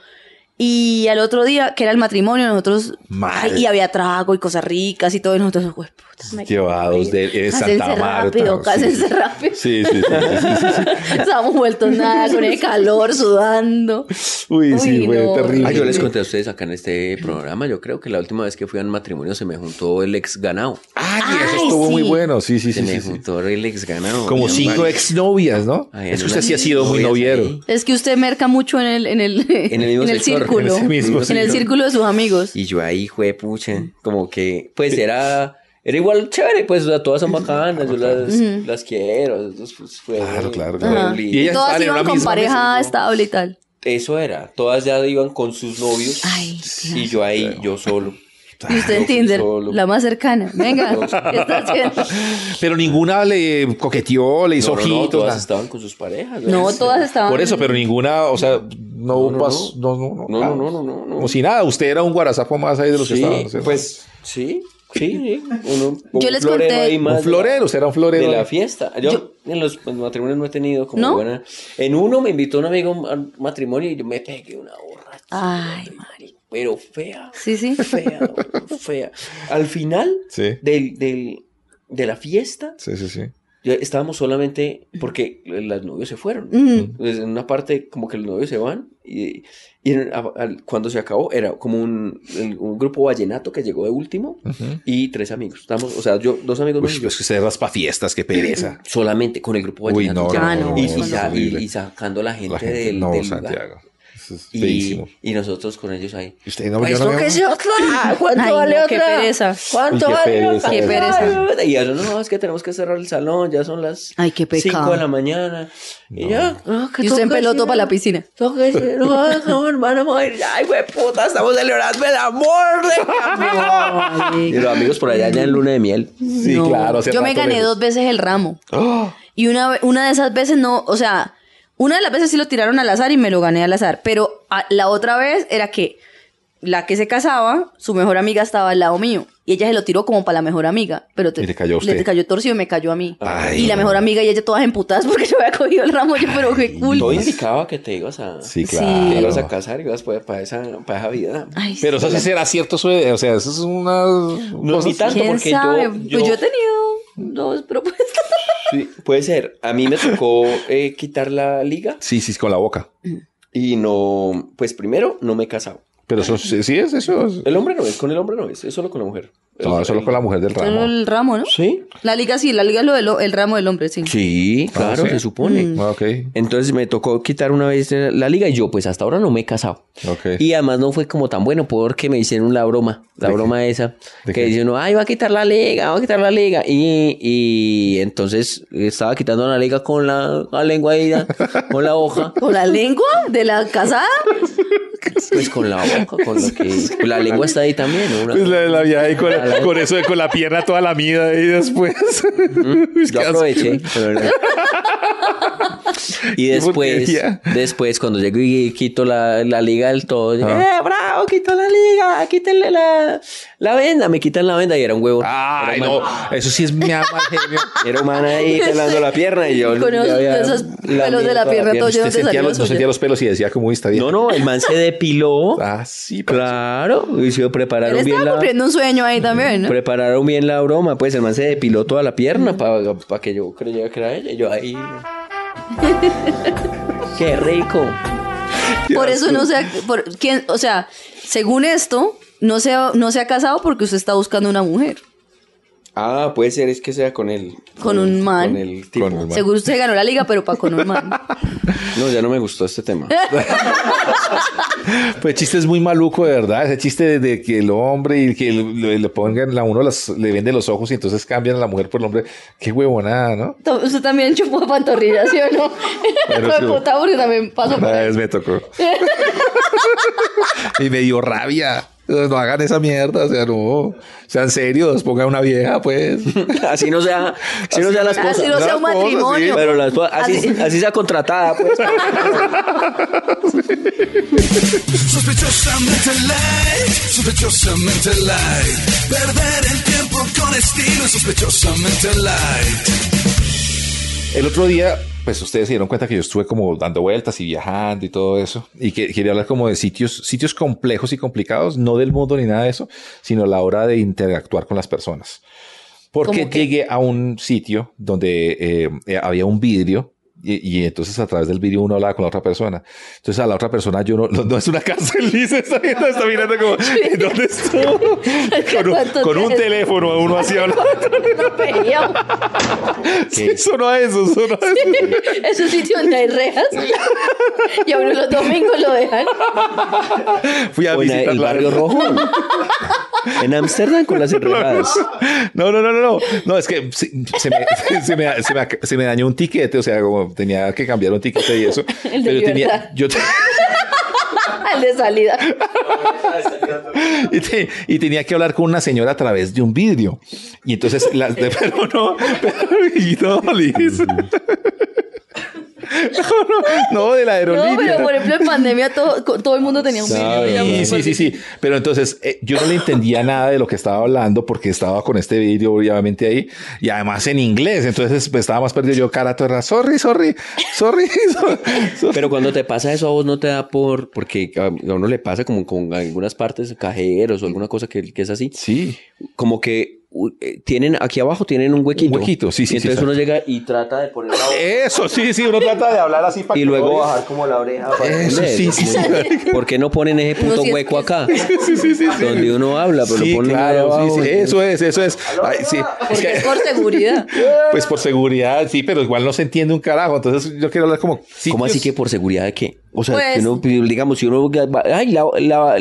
Speaker 2: Y al otro día, que era el matrimonio, nosotros.
Speaker 3: Mal.
Speaker 2: Ay, y había trago y cosas ricas y todo. Y nosotros, güey, puta, me-
Speaker 3: Llevados de eh,
Speaker 2: Cásense
Speaker 3: Santa Marta.
Speaker 2: rápido, cásense [LAUGHS] rápido.
Speaker 3: Sí, sí, sí, sí, sí,
Speaker 2: Estábamos vueltos nada con el calor, sudando.
Speaker 3: sí. Uy,
Speaker 2: [LAUGHS]
Speaker 3: sí,
Speaker 2: Uy,
Speaker 3: fue
Speaker 2: no.
Speaker 3: terrible.
Speaker 1: Ah, yo les conté a ustedes acá en este programa. Yo creo que la última vez que fui a un matrimonio se me juntó el ex ganado.
Speaker 3: Ay, eso
Speaker 2: Ay,
Speaker 3: estuvo muy
Speaker 2: sí.
Speaker 3: bueno. Sí, sí,
Speaker 1: Se
Speaker 3: sí.
Speaker 1: me
Speaker 3: sí, sí.
Speaker 1: juntó el ex ganado.
Speaker 3: Como
Speaker 1: Habían
Speaker 3: cinco
Speaker 1: varios.
Speaker 3: exnovias, ¿no?
Speaker 1: Habían
Speaker 3: es que usted
Speaker 1: unas
Speaker 3: sí ha sido muy
Speaker 1: exnovias
Speaker 3: noviero.
Speaker 1: ahí.
Speaker 2: Es que usted merca mucho en el, en el,
Speaker 1: el mismo sector,
Speaker 2: círculo.
Speaker 3: en ese mismo
Speaker 2: en el
Speaker 3: sector.
Speaker 2: círculo de sus amigos.
Speaker 1: Y yo ahí, fue pucha,
Speaker 3: Mm.
Speaker 1: como que, pues era, era igual chévere, pues, o sea, todas son bacanas, yo las, las quiero, entonces, pues, fue,
Speaker 3: Claro, claro,
Speaker 1: fue
Speaker 3: claro.
Speaker 1: un
Speaker 3: Y
Speaker 1: lío.
Speaker 3: ellas
Speaker 2: Todas
Speaker 3: estaban en
Speaker 2: iban
Speaker 3: una
Speaker 2: con
Speaker 3: misma
Speaker 2: pareja
Speaker 3: mesa.
Speaker 2: estable y tal.
Speaker 1: Eso era, todas ya iban con sus novios
Speaker 2: Ay,
Speaker 1: y yo ahí, yo solo.
Speaker 2: Y usted en Tinder,
Speaker 1: solo.
Speaker 2: la más cercana.
Speaker 3: [LAUGHS]
Speaker 2: Venga, ¿qué está haciendo?
Speaker 3: Pero ninguna le coqueteó, le hizo
Speaker 1: No, no, no,
Speaker 3: ojitos.
Speaker 1: todas
Speaker 3: nada.
Speaker 1: estaban con sus parejas.
Speaker 2: No,
Speaker 1: ¿verdad?
Speaker 2: todas estaban.
Speaker 3: Por eso, pero ninguna, o sea,
Speaker 1: No,
Speaker 3: no
Speaker 1: no,
Speaker 3: pas- no, no,
Speaker 1: No,
Speaker 3: claro.
Speaker 1: no, no, no, no.
Speaker 3: Como si nada, usted era un guarazapo más ahí de los
Speaker 1: Sí,
Speaker 3: que estaban. ¿cierto?
Speaker 1: pues, sí, sí, sí, uno-
Speaker 2: Yo
Speaker 1: un
Speaker 2: les
Speaker 1: florero
Speaker 2: conté-
Speaker 1: ahí más
Speaker 3: un
Speaker 1: de la-
Speaker 3: florero, usted era un florero.
Speaker 1: de la fiesta. Yo, en los pues, matrimonios no he tenido como
Speaker 2: ¿No?
Speaker 1: buena. En uno me invitó un amigo a un matrimonio y yo me pegué una borracha.
Speaker 2: Ay, Mari.
Speaker 1: Pero fea.
Speaker 2: Sí, sí.
Speaker 1: Fea, [LAUGHS] güey, fea. Al final
Speaker 3: Sí.
Speaker 1: del, del- de la fiesta,
Speaker 3: Sí, sí, sí.
Speaker 1: ya estábamos solamente porque las novios se fueron.
Speaker 2: Mm.
Speaker 1: Entonces, en una parte, como que los novios se van y, y en- a- al- cuando se acabó, era como un, el- un grupo vallenato que llegó de último y tres amigos. Estábamos, o sea, yo, dos amigos
Speaker 3: Uy,
Speaker 1: míos. y yo
Speaker 3: pues que se raspa fiestas, qué pereza.
Speaker 1: solamente con el grupo
Speaker 3: Uy,
Speaker 1: vallenato
Speaker 3: no,
Speaker 1: ya.
Speaker 2: Ah, no,
Speaker 1: y,
Speaker 2: eso
Speaker 1: y
Speaker 2: es
Speaker 1: sa- y-
Speaker 3: horrible.
Speaker 1: y sacando la gente,
Speaker 3: La gente,
Speaker 1: del,
Speaker 3: no,
Speaker 1: del lugar.
Speaker 3: Santiago. Eso es
Speaker 1: y,
Speaker 3: feísimo.
Speaker 1: y nosotros con ellos ahí
Speaker 3: Y usted, no, yo
Speaker 2: Pues,
Speaker 3: no veo-
Speaker 1: otra
Speaker 2: ¿Cuánto Ay, vale no, qué otra? pereza.
Speaker 1: cuánto
Speaker 3: Uy, qué vale pereza, otra?
Speaker 2: qué pereza.
Speaker 1: y eso no es que tenemos que cerrar el salón ya son las
Speaker 2: Ay, qué pecado.
Speaker 1: 5 de la mañana y ya
Speaker 2: Y usted en peloto para la piscina.
Speaker 1: no, no, hermano, madre. ay, güey, puta, estamos celebrando el amor de mi amigo. Y los amigos por allá, ya en luna de miel.
Speaker 3: Sí,
Speaker 2: No.
Speaker 3: claro. hace
Speaker 2: Yo me
Speaker 3: rato
Speaker 2: gané
Speaker 3: le-
Speaker 2: dos veces el ramo.
Speaker 3: ¡Ah!
Speaker 2: Y una, ve- una de esas veces no, o sea, una de las veces sí lo tiraron al azar y me lo gané al azar, pero a- la otra vez era que la que se casaba, su mejor amiga estaba al lado mío y ella se lo tiró como para la mejor amiga, pero te-
Speaker 3: Y le cayó a usted.
Speaker 2: le cayó torcido y me cayó a mí.
Speaker 3: Ay,
Speaker 2: y la
Speaker 3: no.
Speaker 2: mejor amiga y ella todas emputadas [LAUGHS] porque yo había cogido el ramo, yo pero qué
Speaker 1: Todo
Speaker 2: cool.
Speaker 1: indicaba que te ibas a,
Speaker 3: Sí,
Speaker 2: Sí.
Speaker 3: claro.
Speaker 1: te ibas a casar y ibas para, para, esa, para esa vida.
Speaker 2: Ay,
Speaker 3: Pero eso sí será cierto, eso de- o sea, eso es una...
Speaker 1: No, ni tanto,
Speaker 2: ¿Quién
Speaker 1: porque yo-
Speaker 2: sabe?
Speaker 1: yo-
Speaker 2: Pues yo he tenido dos propuestas. [LAUGHS]
Speaker 1: Sí, puede ser. A mí me tocó eh, quitar la liga
Speaker 3: Sí, sí, con la boca.
Speaker 1: y no, pues primero no me he casado.
Speaker 3: Pero eso sí sí es eso. es-
Speaker 1: El hombre no es, con el hombre no es, es solo con la mujer.
Speaker 3: No, solo con la mujer del
Speaker 2: Solo
Speaker 3: ramo.
Speaker 2: el ramo, ¿no?
Speaker 1: Sí.
Speaker 2: La liga sí, la liga es lo del el ramo del hombre, sí.
Speaker 1: Sí, claro,
Speaker 3: ¿sí?
Speaker 1: se supone.
Speaker 3: Ah, Ok.
Speaker 1: Entonces me tocó quitar una vez la liga y yo pues hasta ahora no me he casado.
Speaker 3: Ok.
Speaker 1: Y además no fue como tan bueno porque me hicieron la broma, la
Speaker 3: ¿De qué?
Speaker 1: broma esa, que
Speaker 3: ¿De qué?
Speaker 1: dice uno, ay, va a quitar la liga, va a quitar la liga. Y, y entonces estaba quitando la liga con la, la lengua ahí, con la hoja,
Speaker 2: ¿Con la lengua de la
Speaker 3: [LAUGHS]
Speaker 2: casada?
Speaker 1: pues con la hoja, con lo que... La lengua está ahí también, ¿no? Una-
Speaker 3: Pues la, la vi
Speaker 2: [LAUGHS]
Speaker 3: ahí con, con eso, de- con la pierna toda lamida y después. [LAUGHS] Es que
Speaker 1: Yo
Speaker 3: asco.
Speaker 1: aproveché. la verdad.
Speaker 2: [LAUGHS]
Speaker 1: y después,
Speaker 3: porquería.
Speaker 1: después cuando llego y quito la, la liga del todo, yo, ¡eh, bravo! Quitó la liga, quítenle la, la venda, me quitan la venda y era un huevo.
Speaker 3: Ay,
Speaker 1: era,
Speaker 3: no.
Speaker 1: humano.
Speaker 3: Eso sí es
Speaker 2: [LAUGHS]
Speaker 3: mi alma genio.
Speaker 1: Era humana ahí pelando la pierna y yo.
Speaker 2: Con
Speaker 1: yo
Speaker 2: esos-
Speaker 1: había
Speaker 2: esos
Speaker 1: lamido
Speaker 2: pelos de la
Speaker 1: toda
Speaker 2: pierna todo
Speaker 3: Usted
Speaker 2: lleno de
Speaker 3: sentía los, no sentía
Speaker 2: saliva
Speaker 3: los pelos y decía, como uy, está bien.
Speaker 1: No, no, el man se depiló.
Speaker 3: Ah, sí,
Speaker 1: claro, y se
Speaker 2: pues Él
Speaker 1: prepararon bien
Speaker 2: estaba
Speaker 1: la.
Speaker 2: cumpliendo un sueño ahí también, ¿no?
Speaker 1: Prepararon bien la broma, pues el man se depiló toda la pierna para que yo creyera que era ella. Y yo
Speaker 2: [LAUGHS]
Speaker 1: ahí. ¡Qué rico!
Speaker 2: Por eso no se ha, por- ¿quién- o sea, según esto, no se, ha- no se ha casado porque usted está buscando una mujer.
Speaker 1: Ah, puede ser, es que sea con él.
Speaker 2: Con un man.
Speaker 1: Con el tipo.
Speaker 3: Con el man.
Speaker 2: Seguro usted ganó la liga, pero para con un man.
Speaker 3: [LAUGHS]
Speaker 1: No, ya no me gustó este
Speaker 2: [LAUGHS]
Speaker 1: tema.
Speaker 3: Pues el chiste es muy maluco, de verdad. Ese chiste de, de que el hombre y que le, le pongan, la uno las- le vende los ojos y entonces cambian a la mujer por el hombre. Qué huevonada, ¿no?
Speaker 2: To- Usted también chupó pantorrillas, ¿sí o no?
Speaker 3: [LAUGHS] Pero
Speaker 2: Fue
Speaker 3: sí.
Speaker 2: puta, porque también pasó por
Speaker 3: Una
Speaker 2: ahí.
Speaker 3: vez me tocó. y me dio rabia. No hagan esa mierda, o sea, no. Sean serios, pongan una vieja, pues.
Speaker 1: Así no sea, así no sea la esposa.
Speaker 2: Así no sea un
Speaker 3: Las cosas,
Speaker 2: matrimonio.
Speaker 1: Pero la esposa, así,
Speaker 2: Así-
Speaker 1: así sea contratada, [LAUGHS] pues.
Speaker 5: Sospechosamente light, sospechosamente light. Perder el tiempo con estilo, es sospechosamente light.
Speaker 3: El otro día, pues ustedes se dieron cuenta que yo estuve como dando vueltas y viajando y todo eso. Y que quería hablar como de sitios, sitios complejos y complicados, no del mundo ni nada de eso, sino a la hora de interactuar con las personas. Porque
Speaker 2: ¿Cómo qué?
Speaker 3: llegué a un sitio donde eh, eh, había un vidrio. Y, y entonces a través del vidrio uno hablaba con la otra persona. Entonces a la otra persona yo no, no, no es una [LAUGHS] cárcel, Liz está mirando, está mirando como, ¿en dónde estoy?
Speaker 2: [LAUGHS]
Speaker 3: Con un,
Speaker 2: ¿Cuánto
Speaker 3: con un
Speaker 2: tiempo?
Speaker 3: teléfono uno
Speaker 2: [LAUGHS]
Speaker 3: así hablando.
Speaker 2: No,
Speaker 3: [LAUGHS]
Speaker 2: pero-
Speaker 3: Sí, sonó a eso, sonó a eso.
Speaker 2: Es un sitio donde hay rejas. Y a uno los domingos lo dejan.
Speaker 3: Fui a
Speaker 1: O en
Speaker 3: visitar
Speaker 1: el
Speaker 3: la-
Speaker 1: barrio rojo. [LAUGHS] En Ámsterdam con las [LAUGHS] enredadas.
Speaker 3: No, no, no, no, no. No, es que se, se me, [LAUGHS] se, me, se, me, se me dañó un tiquete, o sea, como tenía que cambiar un tiquete y eso.
Speaker 2: [LAUGHS] El de
Speaker 3: yo
Speaker 2: libertad.
Speaker 3: tenía, yo te- [LAUGHS]
Speaker 2: Al de salida.
Speaker 3: y, te- y tenía que hablar con una señora a través de un vidrio. Y entonces, la, [LAUGHS] de- pero no, pero y no, Liz.
Speaker 2: [LAUGHS]
Speaker 3: [LAUGHS] No, no, no, de la aerolínea.
Speaker 2: No, pero por ejemplo, en pandemia todo, co- todo el mundo tenía un
Speaker 3: Sí,
Speaker 2: video.
Speaker 3: Sí, sí, sí, sí. Pero entonces eh, yo no le entendía nada de lo que estaba hablando porque estaba con este vídeo obviamente ahí y además en inglés. Entonces pues, estaba más perdido yo cara toda. era, Sorry, sorry, sorry. [LAUGHS] sorry, sorry".
Speaker 1: Pero cuando te pasa eso a vos no te da por... Porque a uno le pasa como con algunas partes cajeros o alguna cosa que, que es así.
Speaker 3: Sí.
Speaker 1: Como que u- eh, tienen... Aquí abajo tienen un huequito.
Speaker 3: huequito, sí, sí,
Speaker 1: Y
Speaker 3: sí,
Speaker 1: entonces
Speaker 3: exacto. Eh,
Speaker 1: uno llega y trata de poner la
Speaker 3: Eso, sí, sí. Uno trata de hablar así para
Speaker 1: y luego bajar como la oreja. para
Speaker 3: Eso,
Speaker 1: entender.
Speaker 3: sí, sí, sí.
Speaker 1: ¿Por qué no ponen ese
Speaker 2: Uno
Speaker 1: puto
Speaker 2: sí es
Speaker 1: hueco
Speaker 2: que-
Speaker 1: acá?
Speaker 3: Sí, sí, [LAUGHS] sí, sí.
Speaker 1: Donde uno habla, pero
Speaker 3: Sí,
Speaker 1: lo ponen ahí
Speaker 3: claro,
Speaker 1: abajo.
Speaker 3: sí, sí, eso es, eso es. Ay, sí. Es
Speaker 2: Porque
Speaker 3: que-
Speaker 2: es por seguridad.
Speaker 3: [LAUGHS] pues por seguridad, sí, pero igual no se entiende un carajo. Entonces yo quiero hablar como.
Speaker 1: ¿Cómo así que
Speaker 3: sitios-
Speaker 1: por seguridad de qué? O sea,
Speaker 2: Pues-
Speaker 1: que uno, digamos, si uno va- ay, la, la-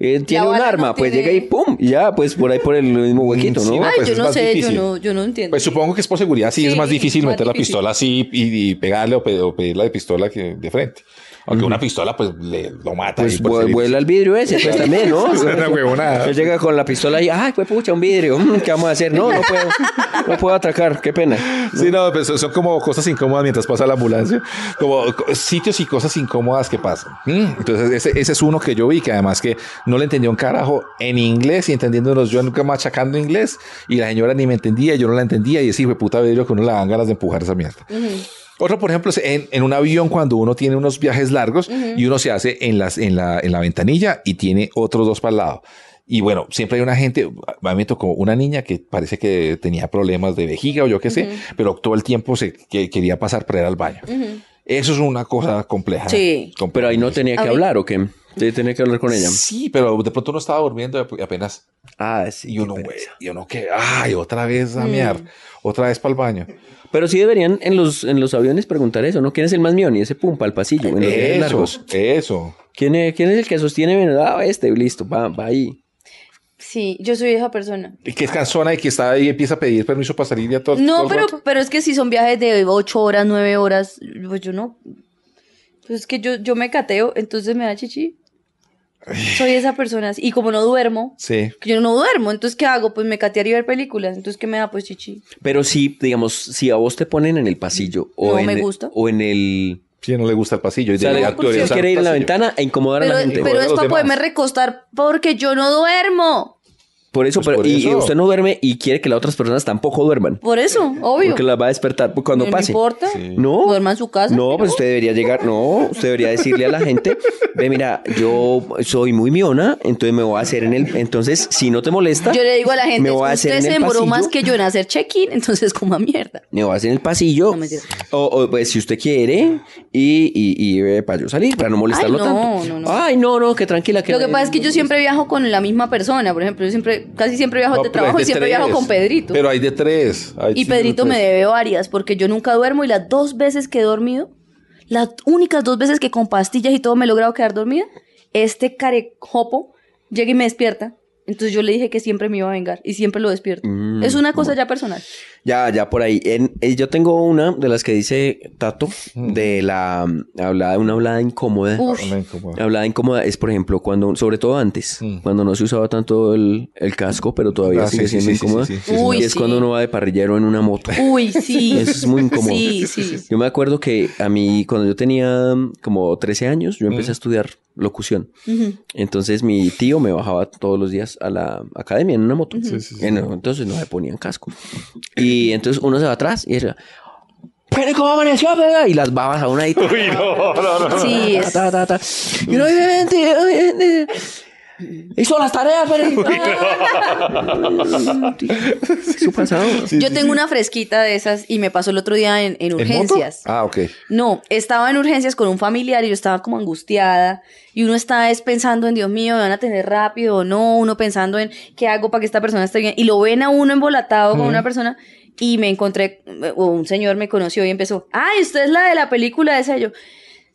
Speaker 1: eh, tiene un
Speaker 2: bala no
Speaker 1: arma, pues
Speaker 2: tiene-
Speaker 1: llega y pum, y ya, pues por ahí por el mismo huequito,
Speaker 3: Sí,
Speaker 1: ¿no?
Speaker 3: va.
Speaker 2: Ay,
Speaker 3: pues
Speaker 2: yo
Speaker 3: es
Speaker 2: no
Speaker 3: más
Speaker 2: sé, yo
Speaker 3: difícil.
Speaker 2: no, yo no entiendo.
Speaker 3: Pues supongo que es por seguridad, sí, es
Speaker 2: Sí,
Speaker 3: más difícil
Speaker 2: más
Speaker 3: meter la
Speaker 2: difícil.
Speaker 3: pistola así y, y pegarle o, pe- o pedirle la pistola que, de frente. Aunque una pistola, pues le, lo mata.
Speaker 1: Pues
Speaker 3: ahí por
Speaker 1: vu-
Speaker 3: ser-
Speaker 1: vuela el vidrio ese, pues también, ¿no?
Speaker 3: Es una huevonada.
Speaker 1: Él llega con la pistola y, ay, pues pucha, un vidrio, mm, ¿qué vamos a hacer? No, no puedo, no puedo atracar, qué pena.
Speaker 3: [LAUGHS] Sí, no, pues son como cosas incómodas mientras pasa la ambulancia, como co- sitios y cosas incómodas que pasan. Mm, Entonces, ese, ese es uno que yo vi que además que no le entendía un carajo en inglés y entendiéndonos yo nunca machacando inglés y la señora ni me entendía, yo no la entendía y ese hijo de puta vidrio que uno le dan ganas de empujar esa mierda. Otro, por ejemplo, es en, en un avión cuando uno tiene unos viajes largos y uno se hace en, las, en, la, en la ventanilla y tiene otros dos para el lado. Y bueno, siempre hay una gente, a mí me tocó una niña que parece que tenía problemas de vejiga o yo qué sé, pero todo el tiempo se que- quería pasar para ir al baño. Eso es una cosa compleja.
Speaker 2: Sí.
Speaker 3: Compleja.
Speaker 1: Pero ahí no tenía que
Speaker 2: Ahorita-
Speaker 1: hablar, ¿o qué? Sí, tiene que hablar con ella.
Speaker 3: Sí, pero de pronto uno estaba durmiendo y ap- y apenas.
Speaker 1: Ah, sí.
Speaker 3: Y
Speaker 1: qué
Speaker 3: uno, güey,
Speaker 1: pereza.
Speaker 3: y uno que, ay, otra vez a mear, otra vez para el baño.
Speaker 1: Pero sí deberían en los, en los aviones preguntar eso, ¿no? ¿Quién es el más mío? y ese pum, al pasillo, en los aviones
Speaker 3: Eso,
Speaker 1: largos.
Speaker 3: eso.
Speaker 1: ¿Quién es, ¿Quién es el que sostiene? bien? Ah, este, listo, va, va ahí.
Speaker 2: Sí, yo soy esa persona.
Speaker 3: Y que es cansona y que está ahí y empieza a pedir permiso para salir y a todo. todo
Speaker 2: No,
Speaker 3: el
Speaker 2: pero,
Speaker 3: rato.
Speaker 2: pero es que si son viajes de 8 horas, 9 horas, pues yo no. Pues es que yo, yo me cateo, entonces me da chichi. Soy esa persona. Y como no duermo,
Speaker 3: Sí.
Speaker 2: yo no duermo, entonces ¿qué hago? Pues me catear y ver películas. Entonces ¿qué me da? Pues chichi.
Speaker 1: Pero sí, digamos, si a vos te ponen en el pasillo o,
Speaker 2: No
Speaker 1: en,
Speaker 2: me gusta.
Speaker 1: o en el...
Speaker 3: Sí, no le gusta el pasillo. Y
Speaker 1: O sea,
Speaker 3: de-
Speaker 1: le-
Speaker 3: actuaría
Speaker 1: si
Speaker 3: usar
Speaker 1: quiere ir a la
Speaker 3: pasillo.
Speaker 1: ventana a incomodar
Speaker 2: Pero,
Speaker 1: a la gente.
Speaker 2: pero
Speaker 3: Joder a
Speaker 2: es
Speaker 3: los
Speaker 2: para
Speaker 3: demás.
Speaker 2: poderme recostar porque yo no duermo.
Speaker 1: por eso,
Speaker 3: Pues
Speaker 1: pero-
Speaker 3: por
Speaker 1: y
Speaker 3: eso.
Speaker 1: usted no duerme y quiere que las otras personas tampoco duerman.
Speaker 2: Por eso, obvio.
Speaker 1: Porque las va a despertar pues, cuando
Speaker 2: no
Speaker 1: pase.
Speaker 2: me importa.
Speaker 3: Sí.
Speaker 1: No.
Speaker 2: Duerma en su casa.
Speaker 1: No, pues usted debería llegar, no, usted debería decirle a la gente, ve, mira, yo soy muy miona, entonces me voy a hacer en el, entonces, si no te molesta,
Speaker 2: Yo le digo a la gente,
Speaker 1: me
Speaker 2: es
Speaker 1: voy a
Speaker 2: que
Speaker 1: hacer
Speaker 2: usted
Speaker 1: en
Speaker 2: se
Speaker 1: el
Speaker 2: demoró
Speaker 1: pasillo,
Speaker 2: más que yo en hacer check-in, entonces como a mierda.
Speaker 1: me voy a hacer en el pasillo,
Speaker 2: No, mentira.
Speaker 1: o, o, pues si usted quiere, y, y, y, eh, para yo salir, para no molestarlo
Speaker 2: no,
Speaker 1: tanto.
Speaker 2: no, no.
Speaker 1: Ay, no, no, que tranquila. Que
Speaker 2: Lo que pasa es que yo siempre viajo con la misma persona, por ejemplo, yo siempre, casi siempre viajo
Speaker 3: No,
Speaker 2: de
Speaker 3: pero hay
Speaker 2: trabajo y
Speaker 3: de
Speaker 2: siempre
Speaker 3: tres.
Speaker 2: viajo con Pedrito.
Speaker 3: Pero hay de tres. hay
Speaker 2: y
Speaker 3: sí, de
Speaker 2: Pedrito me
Speaker 3: tres.
Speaker 2: debe varias, porque yo nunca duermo y las dos veces que he dormido, las únicas dos veces que con pastillas y todo me he logrado quedar dormida, este carejopo llega y me despierta. Entonces yo le dije que siempre me iba a vengar y siempre lo despierto.
Speaker 1: Mm,
Speaker 2: es una cosa ya personal.
Speaker 1: Ya, ya por ahí. En- eh, yo tengo una de las que dice Tato, de la mm, hablada, una hablada incómoda.
Speaker 2: Uf.
Speaker 3: Una incómoda.
Speaker 1: Hablada incómoda es, por ejemplo, cuando, sobre todo antes,
Speaker 3: Mm.
Speaker 1: cuando no se usaba tanto el, el casco, pero todavía
Speaker 3: Ah,
Speaker 1: sigue
Speaker 3: sí, sí,
Speaker 1: siendo
Speaker 3: sí, sí,
Speaker 1: incómoda.
Speaker 3: sí, sí,
Speaker 2: sí, Uy,
Speaker 1: y es
Speaker 2: sí.
Speaker 1: cuando uno va de parrillero en una moto.
Speaker 2: Uy, sí.
Speaker 1: Eso es muy incómodo.
Speaker 2: Sí, sí.
Speaker 1: Yo me acuerdo que a mí, cuando yo tenía mm, como 13 años, yo empecé a estudiar locución.
Speaker 2: Ujú.
Speaker 1: Entonces mi tío me bajaba todos los días a la academia en una moto.
Speaker 3: Sí, sí, sí.
Speaker 1: En- entonces no me ponían casco. Y entonces uno se va atrás y era, "Pero, ¿cómo amaneció? bebé?" Y las babas a una y...
Speaker 3: Uy, no, no, no.
Speaker 2: Sí, es-
Speaker 1: ta, ta, ta. Y uno, "Ay, gente, ay, gente". Hizo las tareas, pero... [LAUGHS] Eso pasado.
Speaker 2: Yo tengo una fresquita de esas y me pasó el otro día en, en
Speaker 3: ¿En
Speaker 2: urgencias.
Speaker 3: moto? Ah, ok.
Speaker 2: No, estaba en urgencias con un familiar y yo estaba como angustiada y uno está es pensando en Dios mío, me van a tener rápido o no, uno pensando en qué hago para que esta persona esté bien y lo ven a uno embolatado con una persona y me encontré, o un señor me conoció y empezó, ay, usted es la de la película esa Y yo.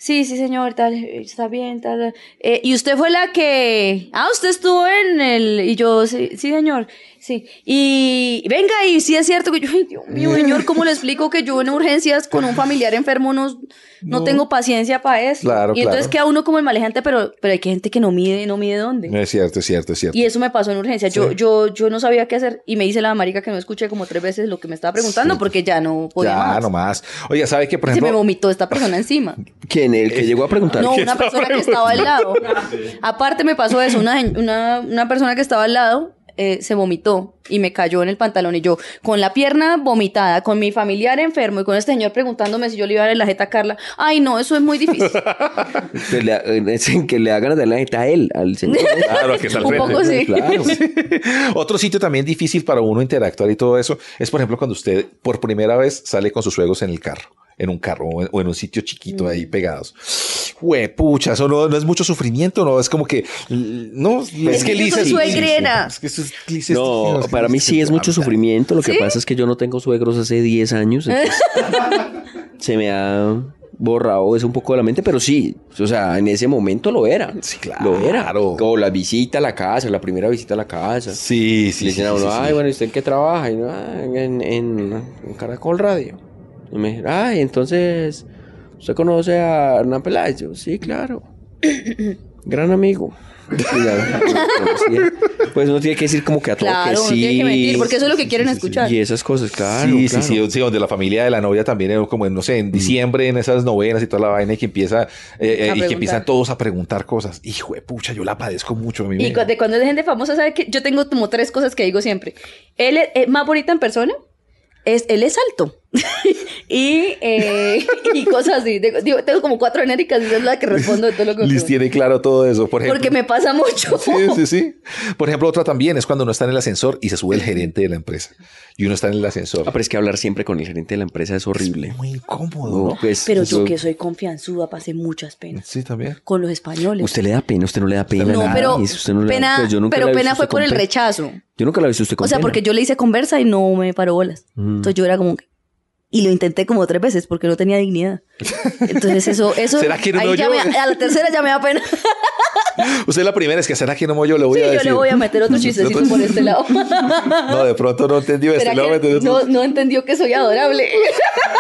Speaker 2: Sí, sí, señor, tal, eh, está bien, tal. tal". Eh, y usted fue la que. Ah, usted estuvo en el. Y yo, sí, sí, señor. Sí. Y venga, y sí es cierto que yo, [LAUGHS] ay, Dios
Speaker 3: [LAUGHS]
Speaker 2: mío, señor, ¿cómo le explico que yo en urgencias con un familiar enfermo no, no, tengo paciencia para eso?
Speaker 3: Claro,
Speaker 2: y entonces
Speaker 3: claro. Eh.
Speaker 2: queda uno como el malejante, pero, pero hay que gente que no mide, no mide dónde.
Speaker 3: No es cierto, es cierto, es cierto.
Speaker 2: Y eso me pasó en urgencia. Yo, yo, yo no sabía qué hacer y me hice la marica que no escuché como tres veces lo que me estaba preguntando porque ya no podía.
Speaker 3: ya,
Speaker 2: más.
Speaker 3: nomás. Oye, ¿sabe qué? Por
Speaker 2: Se me
Speaker 3: ejemplo,
Speaker 2: vomitó esta persona
Speaker 3: [LAUGHS]
Speaker 2: encima.
Speaker 1: ¿Quién? El que llegó a preguntar.
Speaker 2: No, una persona que estaba al lado.
Speaker 3: [LAUGHS]
Speaker 2: Aparte me pasó eso, una, una, una persona que estaba al lado eh, se vomitó y me cayó en el pantalón y yo con la pierna vomitada, con mi familiar enfermo y con este señor preguntándome si yo le iba a dar la jeta a Carla. Ay, no, eso es muy difícil.
Speaker 3: [LAUGHS]
Speaker 1: Que le, eh, que le hagan de la gente a él, al señor.
Speaker 3: Claro, que está al
Speaker 2: Un
Speaker 3: frente.
Speaker 2: poco sí.
Speaker 1: [LAUGHS] Claro.
Speaker 3: otro sitio también difícil para uno interactuar y todo eso es, por ejemplo, cuando usted por primera vez sale con sus suegros en el carro, en un carro o en, o en un sitio chiquito ahí
Speaker 2: Mm.
Speaker 3: pegados. Huepucha, eso no, no es mucho sufrimiento, no es como que no
Speaker 2: Es que yo
Speaker 3: Lisa-
Speaker 2: soy
Speaker 3: sí, sí, sí.
Speaker 2: suegrena.
Speaker 3: Es que eso es Lisa-
Speaker 1: No,
Speaker 3: es que-
Speaker 1: para mí sí es mucho sufrimiento. Lo que
Speaker 2: ¿Sí?
Speaker 1: pasa es que yo no tengo suegros hace 10 años. [LAUGHS] entonces se me ha borrado eso un poco de la mente, pero sí, o sea, en ese momento lo era.
Speaker 3: Sí, claro.
Speaker 1: Lo era. O la visita a la casa, la primera visita a la casa.
Speaker 3: Sí,
Speaker 1: Le
Speaker 3: sí, sí,
Speaker 1: dicen a
Speaker 3: sí,
Speaker 1: uno,
Speaker 3: sí,
Speaker 1: ay,
Speaker 3: sí.
Speaker 1: bueno, ¿y usted en qué trabaja? Y uno, "Ah, en, en, en Caracol Radio. Y me dijeron, ay, entonces, ¿usted conoce a Hernán Peláez? Yo, sí,
Speaker 2: [COUGHS]
Speaker 1: claro. Gran amigo. Y ya, lo conocía. pues uno tiene que decir como que a todo
Speaker 2: Claro,
Speaker 1: que
Speaker 2: uno
Speaker 1: sí.
Speaker 2: tiene que mentir porque eso es lo que quieren escuchar.
Speaker 1: Y esas cosas, claro.
Speaker 3: sí,
Speaker 1: claro. Mm.
Speaker 3: sí, sí, sí, donde la familia de la novia también, eh, como en, no sé, en diciembre, en esas novenas y toda la vaina, y que empieza, eh, eh, y
Speaker 2: preguntar.
Speaker 3: que empiezan todos a preguntar cosas. Hijo de pucha, yo la padezco mucho. A mí
Speaker 2: Y
Speaker 3: me-
Speaker 2: cu- de cuando es de gente famosa, ¿sabe que Yo tengo como tres cosas que digo siempre. Él es, es más bonita en persona, es, él es alto. [LAUGHS] y, eh, [LAUGHS] y cosas así. Digo, digo, tengo como cuatro genéricas y esa es la que respondo de todo lo que me
Speaker 3: Liz
Speaker 2: preguntan.
Speaker 3: tiene claro todo eso. Por ejemplo,
Speaker 2: Porque me pasa mucho.
Speaker 3: Sí, sí, sí. Por ejemplo, otra también es cuando uno está en el ascensor y se sube el gerente de la empresa. Y uno está en el ascensor.
Speaker 1: Ah, pero es que hablar siempre con el gerente de la empresa es horrible.
Speaker 3: Muy incómodo.
Speaker 1: No, pues,
Speaker 2: Pero
Speaker 1: eso-
Speaker 2: yo que soy confianzuda pasé muchas penas
Speaker 3: Sí, también.
Speaker 2: con los españoles.
Speaker 1: Usted le da pena, usted no le da pena.
Speaker 2: no,
Speaker 1: nada,
Speaker 2: pero
Speaker 1: eso, usted no le da-
Speaker 2: pena,
Speaker 1: pues yo nunca la
Speaker 2: pero
Speaker 1: he
Speaker 2: pena
Speaker 1: visto
Speaker 2: fue
Speaker 1: usted
Speaker 2: por
Speaker 1: con
Speaker 2: el
Speaker 1: pena.
Speaker 2: rechazo.
Speaker 1: Yo nunca la he visto usted con
Speaker 2: O sea,
Speaker 1: pena.
Speaker 2: porque yo le hice conversa y no me paró bolas. Entonces yo era como que. Y lo intenté como tres veces porque no tenía dignidad.
Speaker 1: [LAUGHS]
Speaker 2: Entonces eso, eso.
Speaker 3: ¿Será que no
Speaker 2: ahí ya
Speaker 3: yo?
Speaker 2: me- a la tercera ya me da pena.
Speaker 3: Usted es la primera, es que será que no yo le voy
Speaker 2: [LAUGHS] Sí,
Speaker 3: a
Speaker 2: yo
Speaker 3: decir.
Speaker 2: le voy a meter
Speaker 1: [LAUGHS] pues,
Speaker 3: [LAUGHS]
Speaker 2: otro chistecito por este lado.
Speaker 3: No, de pronto no entendió este.
Speaker 2: ¿Será
Speaker 3: le voy a
Speaker 2: que
Speaker 3: meter otro.
Speaker 2: no, no entendió que soy adorable.
Speaker 1: [LAUGHS]
Speaker 2: [LAUGHS]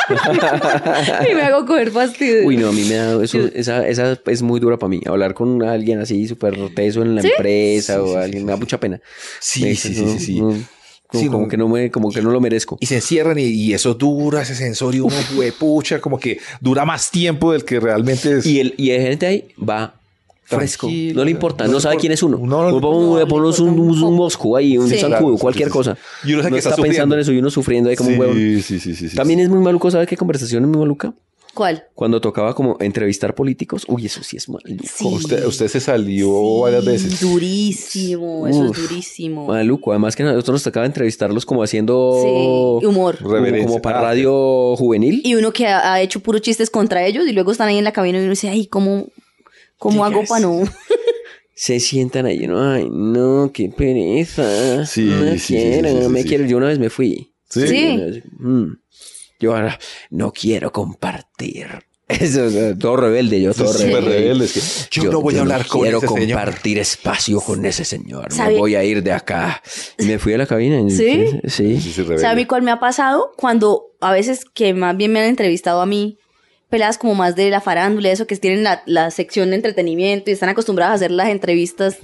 Speaker 2: y me hago coger fastidio.
Speaker 1: Uy, no, a mí me da eso, esa, esa es muy dura para mí. Hablar con alguien así súper teso en la empresa o alguien me da mucha pena.
Speaker 3: Sí,
Speaker 1: Me-
Speaker 3: sí, sí,
Speaker 1: no,
Speaker 3: sí, sí.
Speaker 1: no, como,
Speaker 3: Sí,
Speaker 1: como
Speaker 3: no.
Speaker 1: que no me, como que no lo merezco.
Speaker 3: Y se encierran y, y eso dura, ese sensor y uno pucha, como que dura más tiempo del que realmente es.
Speaker 1: Y el, y el gerente ahí va fresco,
Speaker 3: Tranquilo.
Speaker 1: no le importa,
Speaker 3: No
Speaker 1: no
Speaker 3: le
Speaker 1: sabe
Speaker 3: por-
Speaker 1: quién es uno.
Speaker 3: no, no,
Speaker 1: Pues vamos,
Speaker 2: no,
Speaker 1: eh,
Speaker 2: le
Speaker 1: ponnos
Speaker 2: importa
Speaker 1: un,
Speaker 2: un
Speaker 1: un
Speaker 2: poco.
Speaker 1: mosco ahí, un
Speaker 2: Sí.
Speaker 1: zancudo,
Speaker 3: Claro, sí,
Speaker 1: cualquier
Speaker 3: sí, sí.
Speaker 1: cosa.
Speaker 3: Y uno sabe
Speaker 1: no
Speaker 3: que
Speaker 1: está,
Speaker 3: está
Speaker 1: pensando
Speaker 3: sufriendo.
Speaker 1: en eso y uno sufriendo ahí como un huevo.
Speaker 3: Sí, sí, sí, sí, sí.
Speaker 1: También es muy maluco, ¿sabe qué conversación es muy maluca?
Speaker 2: ¿Cuál?
Speaker 1: Cuando tocaba como entrevistar políticos, uy, eso sí es maluco.
Speaker 2: Sí.
Speaker 3: Usted, usted se salió varias veces.
Speaker 2: Durísimo, eso
Speaker 1: Uf,
Speaker 2: es durísimo.
Speaker 1: Maluco, además que nosotros nos tocaba entrevistarlos como haciendo
Speaker 2: Sí, humor.
Speaker 1: como-
Speaker 3: Reverencia.
Speaker 1: como para
Speaker 3: Ah,
Speaker 1: radio juvenil.
Speaker 2: Y uno que ha, ha hecho puros chistes contra ellos y luego están ahí en la cabina y uno dice, ay, ¿cómo, cómo hago para no?
Speaker 1: se sientan ahí, ¿no? Ay, no, qué pereza.
Speaker 3: Sí,
Speaker 1: no
Speaker 3: sí, sí,
Speaker 1: quiero,
Speaker 3: sí, sí,
Speaker 1: no me
Speaker 3: sí.
Speaker 1: quiero. Yo una vez me fui.
Speaker 3: Sí.
Speaker 2: Sí.
Speaker 1: Una vez, mm. Yo ahora no quiero compartir. [LAUGHS] Eso, o sea, todo rebelde, yo todo
Speaker 3: Súper
Speaker 1: rebelde.
Speaker 3: rebelde, es que yo no voy a hablar con
Speaker 1: quiero
Speaker 3: ese señor.
Speaker 1: compartir espacio con ese señor.
Speaker 2: ¿Sabe?
Speaker 1: Me voy a ir de acá. Y me fui a la cabina. y-
Speaker 2: ¿Sí?
Speaker 1: Sí.
Speaker 3: Sí, sí,
Speaker 2: ¿Sabe a mí cuál me ha pasado? Cuando a veces que más bien me han entrevistado a mí, peladas como más de la farándula, eso que tienen la, la sección de entretenimiento y están acostumbradas a hacer las entrevistas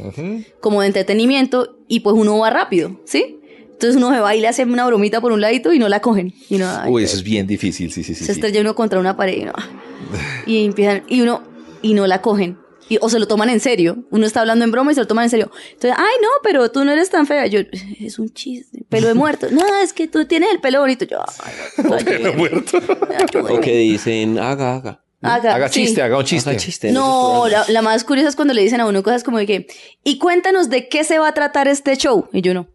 Speaker 2: como de entretenimiento y pues uno va rápido, ¿sí? Entonces uno se va y le hace una bromita por un ladito y no la cogen. Y no,
Speaker 3: Uy, eso es bien difícil, sí, sí, sí.
Speaker 2: se
Speaker 3: sí.
Speaker 2: estrella uno contra una pared y no. Y empiezan, y uno, y no la cogen. Y, o se lo toman en serio. Uno está hablando en broma y se lo toman en serio. Entonces, ay, no, pero tú no eres tan fea. Yo, es un chiste. Pelo de muerto. No, es que tú tienes el pelo bonito. Yo, ay,
Speaker 3: [LAUGHS]
Speaker 1: Pelo
Speaker 3: muerto.
Speaker 1: O que dicen, haga, haga.
Speaker 2: Haga,
Speaker 3: Haga
Speaker 2: sí.
Speaker 3: chiste, haga un chiste.
Speaker 1: Haga chiste.
Speaker 2: No,
Speaker 1: sé,
Speaker 2: la, la más curiosa es cuando le dicen a uno cosas como de que, y cuéntanos de qué se va a tratar este show. Y yo no.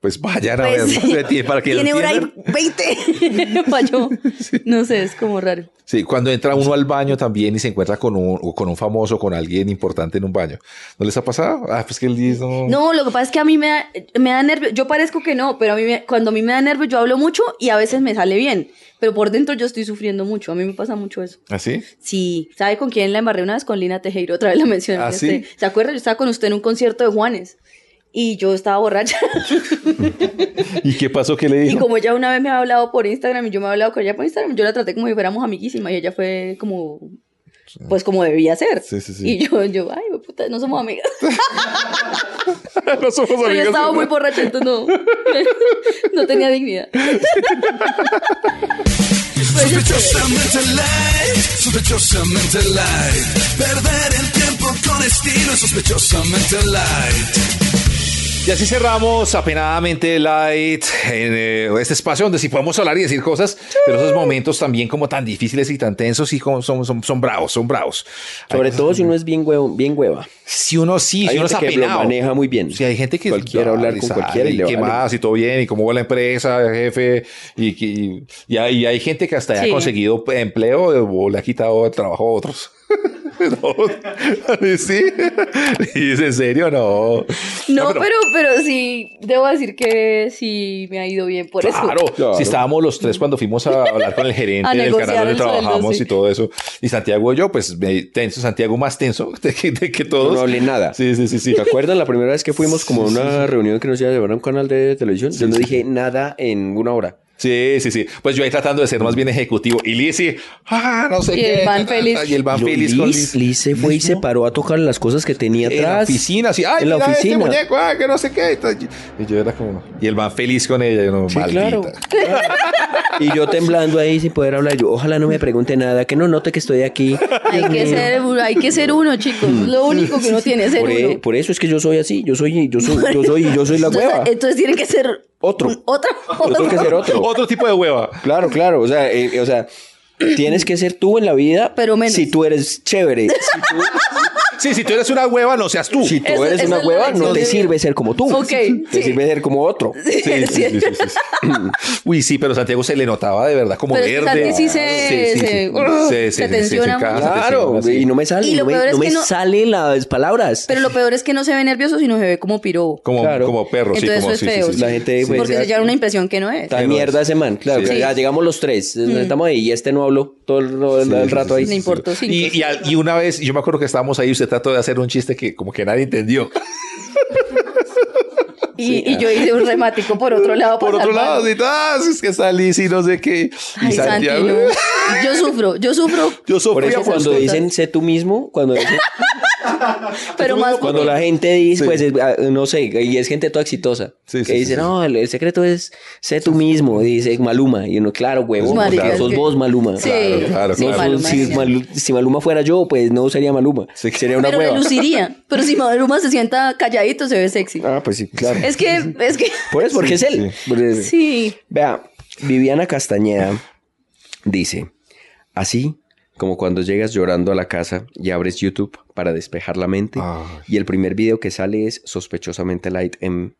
Speaker 3: Pues vayan a
Speaker 2: Pues, [LAUGHS]
Speaker 3: ver. Para que lo
Speaker 2: tiene por ahí
Speaker 3: entiendan.
Speaker 2: 20 [LAUGHS] para yo.
Speaker 3: [LAUGHS]
Speaker 2: No sé, es como raro.
Speaker 3: Sí, cuando entra uno al baño también y se encuentra con un, o con un famoso, con alguien importante en un baño. ¿No les ha pasado? Ah, pues que el Liz no...
Speaker 2: No, lo que pasa es que a mí me da, me da nervio. Yo parezco que no, pero a mí me- cuando a mí me da nervio yo hablo mucho y a veces me sale bien. Pero por dentro yo estoy sufriendo mucho. A mí me pasa mucho eso.
Speaker 3: ¿Así?
Speaker 2: Sí, ¿sabe con quién la embarré una vez? Con Lina Tejero, otra vez la mencioné.
Speaker 3: ¿Ah,
Speaker 2: ya
Speaker 3: sí?
Speaker 2: sé. ¿Se acuerda? Yo estaba con usted en un concierto de Juanes y yo estaba borracha. [LAUGHS]
Speaker 3: ¿Y qué pasó que le
Speaker 2: y
Speaker 3: dijo?
Speaker 2: como ella una vez me ha hablado por Instagram y yo me he hablado con ella por Instagram, yo la traté como si fuéramos amiguísimas y ella fue como... Pues como debía ser.
Speaker 3: Sí, sí, sí.
Speaker 2: Y yo, yo, ay, puta, no somos
Speaker 3: [LAUGHS]
Speaker 2: amigas.
Speaker 3: Los ojos
Speaker 2: Pero yo
Speaker 3: amigos.
Speaker 2: estaba muy borracha, entonces no, no tenía dignidad. Pues
Speaker 5: Sospechosamente light, sospechosamente light. Perder el tiempo con estilo, sospechosamente light.
Speaker 3: Y así cerramos apenadamente Light en eh, este espacio donde sí podemos hablar y decir cosas, pero esos momentos también como tan difíciles y tan tensos y como son, son, son bravos, son bravos.
Speaker 1: Sobre
Speaker 3: Hay-
Speaker 1: todo si uno es bien, huevo, bien
Speaker 3: [LAUGHS]
Speaker 1: hueva.
Speaker 3: Si uno sí,
Speaker 1: Hay
Speaker 3: si uno
Speaker 1: gente
Speaker 3: es
Speaker 1: que lo
Speaker 3: apenado.
Speaker 1: maneja muy bien.
Speaker 3: Si hay gente que
Speaker 1: Cualquiera hablar con
Speaker 3: sale,
Speaker 1: cualquiera y
Speaker 3: y
Speaker 1: le
Speaker 3: qué
Speaker 1: vale.
Speaker 3: más y todo bien y cómo va la empresa, jefe y, y, y hay, y hay gente que hasta ya
Speaker 2: Sí.
Speaker 3: ha conseguido empleo o le ha quitado el trabajo a otros. [LAUGHS] No, sí. Y es en serio, no.
Speaker 2: No, pero, pero sí, debo decir que sí me ha ido bien por
Speaker 3: Claro,
Speaker 2: eso.
Speaker 3: si estábamos los tres cuando fuimos a hablar con el gerente
Speaker 2: A
Speaker 3: del
Speaker 2: negociar
Speaker 3: canal donde
Speaker 2: el sueldo,
Speaker 3: trabajamos
Speaker 2: sí.
Speaker 3: y todo eso. Y Santiago y yo, pues me- tenso, Santiago más tenso [LAUGHS] de que, de que todos.
Speaker 1: no hablé nada.
Speaker 3: Sí, sí, sí, sí.
Speaker 1: ¿Te acuerdas la primera vez que fuimos como a una reunión que nos iba a llevar a un canal de televisión? Yo no dije nada en una hora.
Speaker 3: Sí, sí, sí. Pues yo ahí tratando de ser más bien ejecutivo. Y Liz, sí, ah, no sé
Speaker 2: Y
Speaker 3: qué.
Speaker 2: el man feliz.
Speaker 3: Y el van
Speaker 1: Yo,
Speaker 3: feliz con Liz.
Speaker 1: Liz se fue y se paró a tocar las cosas que tenía
Speaker 3: En la
Speaker 1: atrás.
Speaker 3: oficina, sí. Ay,
Speaker 1: en la
Speaker 3: mira este
Speaker 1: oficina.
Speaker 3: muñeco, ah, que no sé qué. Y yo era como. Y el van feliz con ella. Yo no,
Speaker 1: Sí,
Speaker 3: maldita.
Speaker 1: claro. Y yo temblando ahí sin poder hablar. Yo, ojalá no me pregunte nada, que no note que estoy aquí.
Speaker 2: [LAUGHS] Hay que, ser, hay que ser uno, chicos. Lo único que uno tiene es ser
Speaker 1: Por, e-
Speaker 2: uno.
Speaker 1: por eso es que yo soy así. Yo soy, yo soy, yo soy, yo soy la
Speaker 2: Entonces,
Speaker 1: hueva.
Speaker 2: entonces tienen que ser
Speaker 1: Otro.
Speaker 2: Otra.
Speaker 1: Yo tengo que ser otro.
Speaker 3: Otro tipo de hueva.
Speaker 1: Claro, claro. O sea, eh, o sea, tienes que ser tú en la vida.
Speaker 2: Pero menos.
Speaker 1: Si tú eres chévere. Si tú,
Speaker 3: Sí, si tú eres una hueva, no seas tú.
Speaker 1: si tú
Speaker 2: Eso-
Speaker 1: eres
Speaker 2: esa
Speaker 1: una
Speaker 2: es la
Speaker 1: hueva, no te
Speaker 2: lección de vida.
Speaker 1: sirve ser como tú.
Speaker 2: Ok,
Speaker 1: Te
Speaker 2: sí.
Speaker 1: sirve ser como otro.
Speaker 2: Sí,
Speaker 3: Sí, sí, sí, sí,
Speaker 1: [LAUGHS]
Speaker 3: sí. Uy, sí, pero Santiago se le notaba de verdad como
Speaker 2: Pero es que
Speaker 3: verde.
Speaker 2: Santi sí se- se- uh, se tensiona
Speaker 3: encaja,
Speaker 2: mucho.
Speaker 3: se
Speaker 1: Claro,
Speaker 3: tensiona, sí.
Speaker 1: y no me sale,
Speaker 2: Ah, Y lo
Speaker 1: no me,
Speaker 2: peor es
Speaker 1: no me
Speaker 2: que no-
Speaker 1: salen las palabras.
Speaker 2: Pero lo peor es que no se ve nervioso, sino se ve como piro.
Speaker 3: como,
Speaker 1: Claro.
Speaker 3: como perro, sí,
Speaker 2: Entonces
Speaker 3: como
Speaker 2: eso
Speaker 3: sí,
Speaker 2: es
Speaker 3: sí,
Speaker 2: feo.
Speaker 3: sí, sí.
Speaker 1: La gente, pues,
Speaker 2: porque
Speaker 1: o sea,
Speaker 2: se lleva una impresión que no es.
Speaker 1: Tan
Speaker 3: Pero
Speaker 1: mierda
Speaker 3: es-
Speaker 1: ese man, claro.
Speaker 3: sí.
Speaker 1: Ya llegamos los tres, estamos ahí y este no habló todo el, todo el- el rato ahí.
Speaker 2: Mm. No importó cinco.
Speaker 3: Y, y al- y una vez, yo me acuerdo que estábamos ahí, usted trató de hacer un chiste que como que
Speaker 2: [LAUGHS]
Speaker 3: nadie entendió.
Speaker 2: Y, y yo hice un remático por otro lado.
Speaker 3: Por
Speaker 2: para
Speaker 3: otro
Speaker 2: salvar.
Speaker 3: lado, sí, ah, es que salí, sí, no sé qué. Y
Speaker 2: Ay, Santi,
Speaker 3: Santiago-
Speaker 2: no. Yo sufro, yo sufro,
Speaker 3: Yo
Speaker 1: Por
Speaker 3: sufrí
Speaker 1: eso
Speaker 3: por-
Speaker 1: cuando
Speaker 2: cosas.
Speaker 1: dicen sé tú mismo, cuando dicen-
Speaker 2: pero más
Speaker 1: cuando
Speaker 2: por-
Speaker 1: la gente dice, pues es- ah, no sé, y es gente toda exitosa,
Speaker 3: Sí, sí,
Speaker 1: que
Speaker 3: sí,
Speaker 1: dice,
Speaker 3: sí.
Speaker 1: no, el, el secreto es sé tú mismo, y dice Maluma, y uno, claro, huevo,
Speaker 2: Marica,
Speaker 1: porque sos
Speaker 2: Pues es que-
Speaker 1: vos Maluma.
Speaker 2: Sí,
Speaker 3: Claro, claro,
Speaker 2: sí,
Speaker 3: claro.
Speaker 1: No,
Speaker 2: Maluma,
Speaker 1: si,
Speaker 2: sí.
Speaker 1: Malu- si Maluma fuera yo, pues no sería Maluma, sería una
Speaker 2: pero me
Speaker 1: hueva.
Speaker 2: luciría. Pero si Maluma se sienta calladito, se ve sexy.
Speaker 1: Ah, pues sí, claro.
Speaker 2: Es que, es que,
Speaker 1: Por eso, porque es él. Por eso.
Speaker 2: [LAUGHS] sí.
Speaker 1: Vea, Viviana Castañeda dice, así como cuando llegas llorando a la casa y abres YouTube para despejar la mente
Speaker 3: Ay.
Speaker 1: y el primer video que sale es sospechosamente light M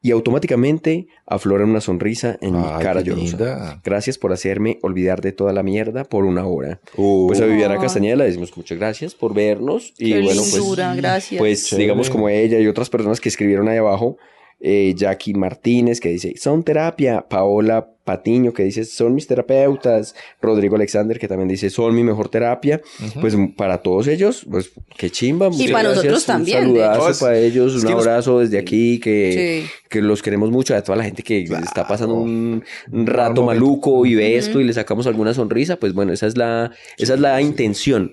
Speaker 1: y automáticamente aflora una sonrisa en mi
Speaker 3: Ay,
Speaker 1: cara
Speaker 3: qué
Speaker 1: llorosa.
Speaker 3: linda.
Speaker 1: Gracias por hacerme olvidar de toda la mierda por una hora.
Speaker 3: Uh.
Speaker 1: pues a Viviana
Speaker 2: Ay.
Speaker 1: Castañeda le decimos muchas gracias por vernos y
Speaker 2: Qué
Speaker 1: bueno, pues
Speaker 2: lindura, gracias.
Speaker 1: pues
Speaker 3: Chévere.
Speaker 1: digamos como ella y otras personas que escribieron ahí abajo, eh, Jackie Martínez que dice, son terapia, Paola Patiño que dice, son mis terapeutas, Rodrigo Alexander que también dice, son mi mejor terapia, pues para todos ellos, pues qué chimba. muchas
Speaker 2: para nosotros
Speaker 1: un
Speaker 2: también, de
Speaker 1: saludazo
Speaker 3: hecho. Es-
Speaker 1: para ellos,
Speaker 3: es
Speaker 1: un
Speaker 3: que nos-
Speaker 1: abrazo desde aquí, que,
Speaker 2: Sí.
Speaker 1: que los queremos mucho, a toda la gente que está pasando un, un rato
Speaker 3: momento.
Speaker 1: maluco y ve esto y le sacamos alguna sonrisa, pues bueno, esa es la, esa es la intención.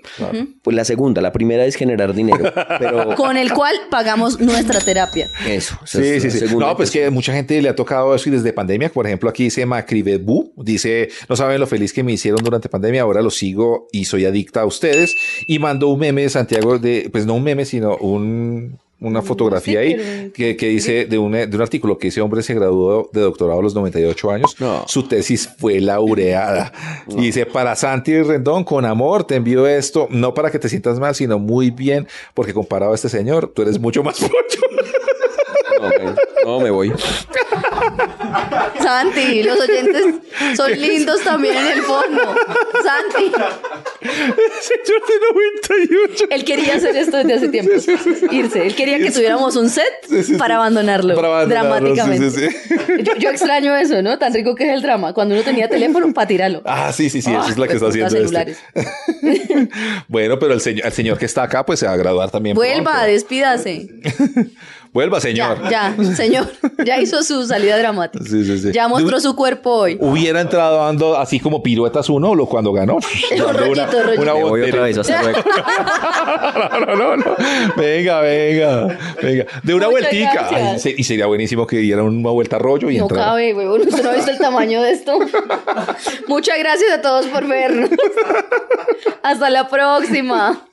Speaker 1: Pues la segunda, la primera es generar dinero, pero...
Speaker 2: Con el cual pagamos nuestra terapia.
Speaker 1: Eso. o sea,
Speaker 3: [LAUGHS] Sí,
Speaker 1: es
Speaker 3: sí,
Speaker 1: la
Speaker 3: sí.
Speaker 1: segunda
Speaker 3: No, pues
Speaker 1: cosa.
Speaker 3: que mucha gente le ha tocado eso y desde pandemia, por ejemplo, aquí dice Macribebu, dice, no saben lo feliz que me hicieron durante pandemia, ahora lo sigo y soy adicta a ustedes. Y mandó un meme de Santiago, de, pues no un meme, sino un, una fotografía ahí
Speaker 2: pero-
Speaker 3: que, que dice de un, de un artículo que ese hombre se graduó de doctorado a los 98 años.
Speaker 1: No.
Speaker 3: Su tesis
Speaker 1: [LAUGHS]
Speaker 3: fue laureada. Y dice, para Santi Rendón, con amor te envío esto, no para que te sientas mal, sino muy bien, porque comparado a este señor, tú eres mucho más [LAUGHS] pocho.
Speaker 1: No, me- no, me voy.
Speaker 2: Santi, los oyentes son
Speaker 1: [LAUGHS]
Speaker 2: lindos también en el fondo. Santi,
Speaker 3: Señor de 98.
Speaker 2: él quería hacer esto desde
Speaker 3: [LAUGHS]
Speaker 2: hace tiempo. Irse. Él quería que tuviéramos un set para abandonarlo
Speaker 3: Para abandonarlo,
Speaker 2: dramáticamente.
Speaker 3: sí, sí,
Speaker 2: Yo, yo extraño eso, ¿no? Tan rico que es el drama. Cuando uno tenía teléfono para tirarlo.
Speaker 3: Ah, sí, sí, sí, esa es la que está
Speaker 2: Los
Speaker 3: haciendo este.
Speaker 2: celulares.
Speaker 3: [LAUGHS] Bueno, pero el señor, el señor que está acá, pues se va a graduar también.
Speaker 2: Vuelva,
Speaker 3: pronto.
Speaker 2: despídase.
Speaker 3: Vuelva, señor.
Speaker 2: Ya, ya, señor. Ya hizo su salida dramática.
Speaker 3: Sí, sí, sí.
Speaker 2: Ya mostró su cuerpo hoy.
Speaker 3: Hubiera entrado dando así como piruetas uno lo cuando ganó.
Speaker 2: [LAUGHS]
Speaker 3: Dando una,
Speaker 2: rollito, rollito.
Speaker 3: una
Speaker 1: Me voy
Speaker 3: botella.
Speaker 1: otra vez. Hasta luego.
Speaker 3: No, no, no, no. Venga, venga, venga. De una
Speaker 2: Muchas
Speaker 3: vueltica. Ay,
Speaker 2: gracias.
Speaker 3: se- y sería buenísimo que diera una vuelta a rollo y
Speaker 2: No
Speaker 3: entrara.
Speaker 2: cabe, huevón. Usted no ha visto el tamaño de
Speaker 3: [LAUGHS]
Speaker 2: esto. Muchas gracias a todos por vernos. Hasta la próxima.